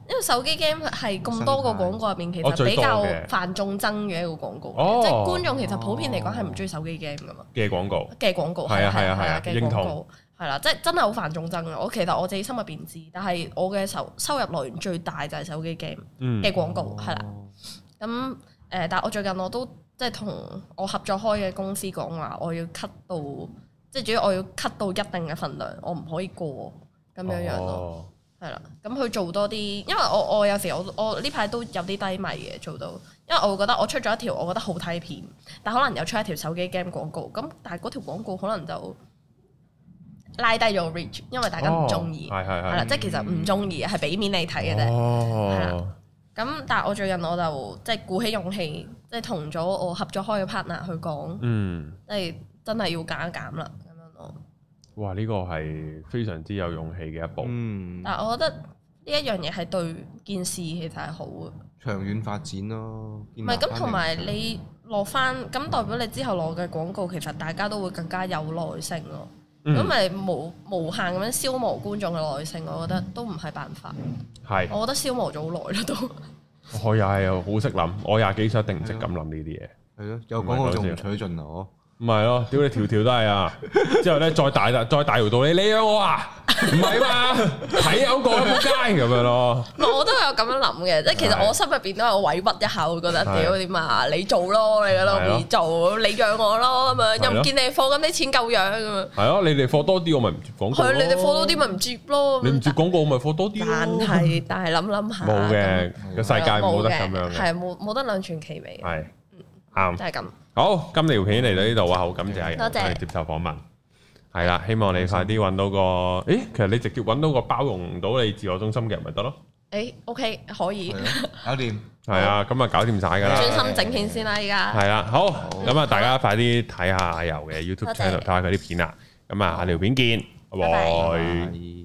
S3: 因為手機 game 係咁多個廣告入邊，其
S1: 我
S3: 實
S1: 哦最
S3: 比
S1: 多
S3: 較
S1: 嘅
S3: 泛眾憎嘅一個廣告，
S1: 哦
S3: 即係觀眾其實普遍嚟講係唔中意手機 game 噶嘛
S1: 嘅廣告
S3: 嘅廣告，
S1: 係啊係啊係啊
S3: 嘅
S1: 認
S3: 廣
S1: 同
S3: 告係啦，即係真係好泛眾憎啊嘅。我其實我自己心入邊知，但係我嘅收收入來源最大就係手機 game
S1: 嗯
S3: 嘅廣告係啦。咁誒、但係我最近我都即係同我合作開嘅公司講話，我要 cut 到，即係主要我要 cut 到一定嘅份量，我唔可以過咁樣樣咯。
S1: 咯。
S3: 係啦，咁佢做多啲，因為我我有時我我呢排都有啲低迷嘅做到，因為我會覺得我出咗一條我覺得好睇片，但可能又出一條手機 game 廣告，咁但係嗰條廣告可能就拉低咗 reach，因為大家唔中意，
S1: 哦係係
S3: 係啦、
S1: 係
S3: 即係其實唔中意係俾面你睇嘅啫。係
S1: 哦，
S3: 咁但係我最近我就即係鼓起勇氣，即係同咗我合作開嘅 partner 去講，
S1: 嗯，
S3: 即係真係要減一減啦咁樣咯。
S1: 哇！呢個係非常之有勇氣嘅一步，
S2: 嗯，
S3: 但係我覺得呢一樣嘢係對件事其實係好嘅。
S2: 長遠發展咯。
S1: 啊
S2: 唔
S3: 唔係咁，同埋你落翻咁代表你之後落嘅廣告，其實大家都會更加有耐性咯。
S1: 嗯
S3: 咁咪、無無限咁樣消磨觀眾嘅耐性，我覺得都唔係辦法。
S1: 嗯係
S3: 我覺得消磨咗好耐啦，都
S1: 我又係好識諗，我廿幾歲一定唔識咁諗呢啲嘢。
S2: 係咯，有廣告仲唔取盡啊！ 我
S1: 唔係咯，屌你條條都係啊！之後咧再大再大條道理，你養我啊？唔係嘛，睇有個仆街咁樣咯。
S3: 唔係我都有咁樣諗嘅，即係其實我心入邊都有委屈一下，我覺得
S1: 係
S3: 屌點啊，你做咯，你
S1: 係咯
S3: 咯，你做，你養我咯，咁
S1: 係
S3: 樣
S1: 咯
S3: 又唔見你放咁啲錢夠養咁樣，
S1: 係咯，你哋貨多啲，我咪唔接廣告咯。
S3: 係你哋放多啲咪唔接咯。
S1: 你唔接廣告，我咪貨多啲咯。
S3: 但係但係諗諗下，
S1: 冇
S3: 咁
S1: 嘅，個世界冇得
S3: 嘅
S1: 咁樣嘅，
S3: 係冇冇得兩全其美嘅，
S1: 係啱。
S3: 就係咁。
S1: 好，今條片嚟到呢度啊，好感謝阿人
S3: 多謝
S1: 我哋接受訪問。係啦，希望你快啲揾到個，咦，其實你直接揾到個包容到你自我中心嘅人咪得咯。
S3: 誒，OK，可以
S2: 係，啊咯搞掂。
S1: 係啊，咁啊搞掂晒㗎啦
S3: 專。心整片先啦，依家。
S1: 係啦，啊好，咁啊大家快啲睇下阿柔嘅 YouTube
S3: 多謝
S1: 啊 channel，睇下佢啲片啦。咁啊，下條片見，拜
S3: 拜
S1: 拜。
S2: 係。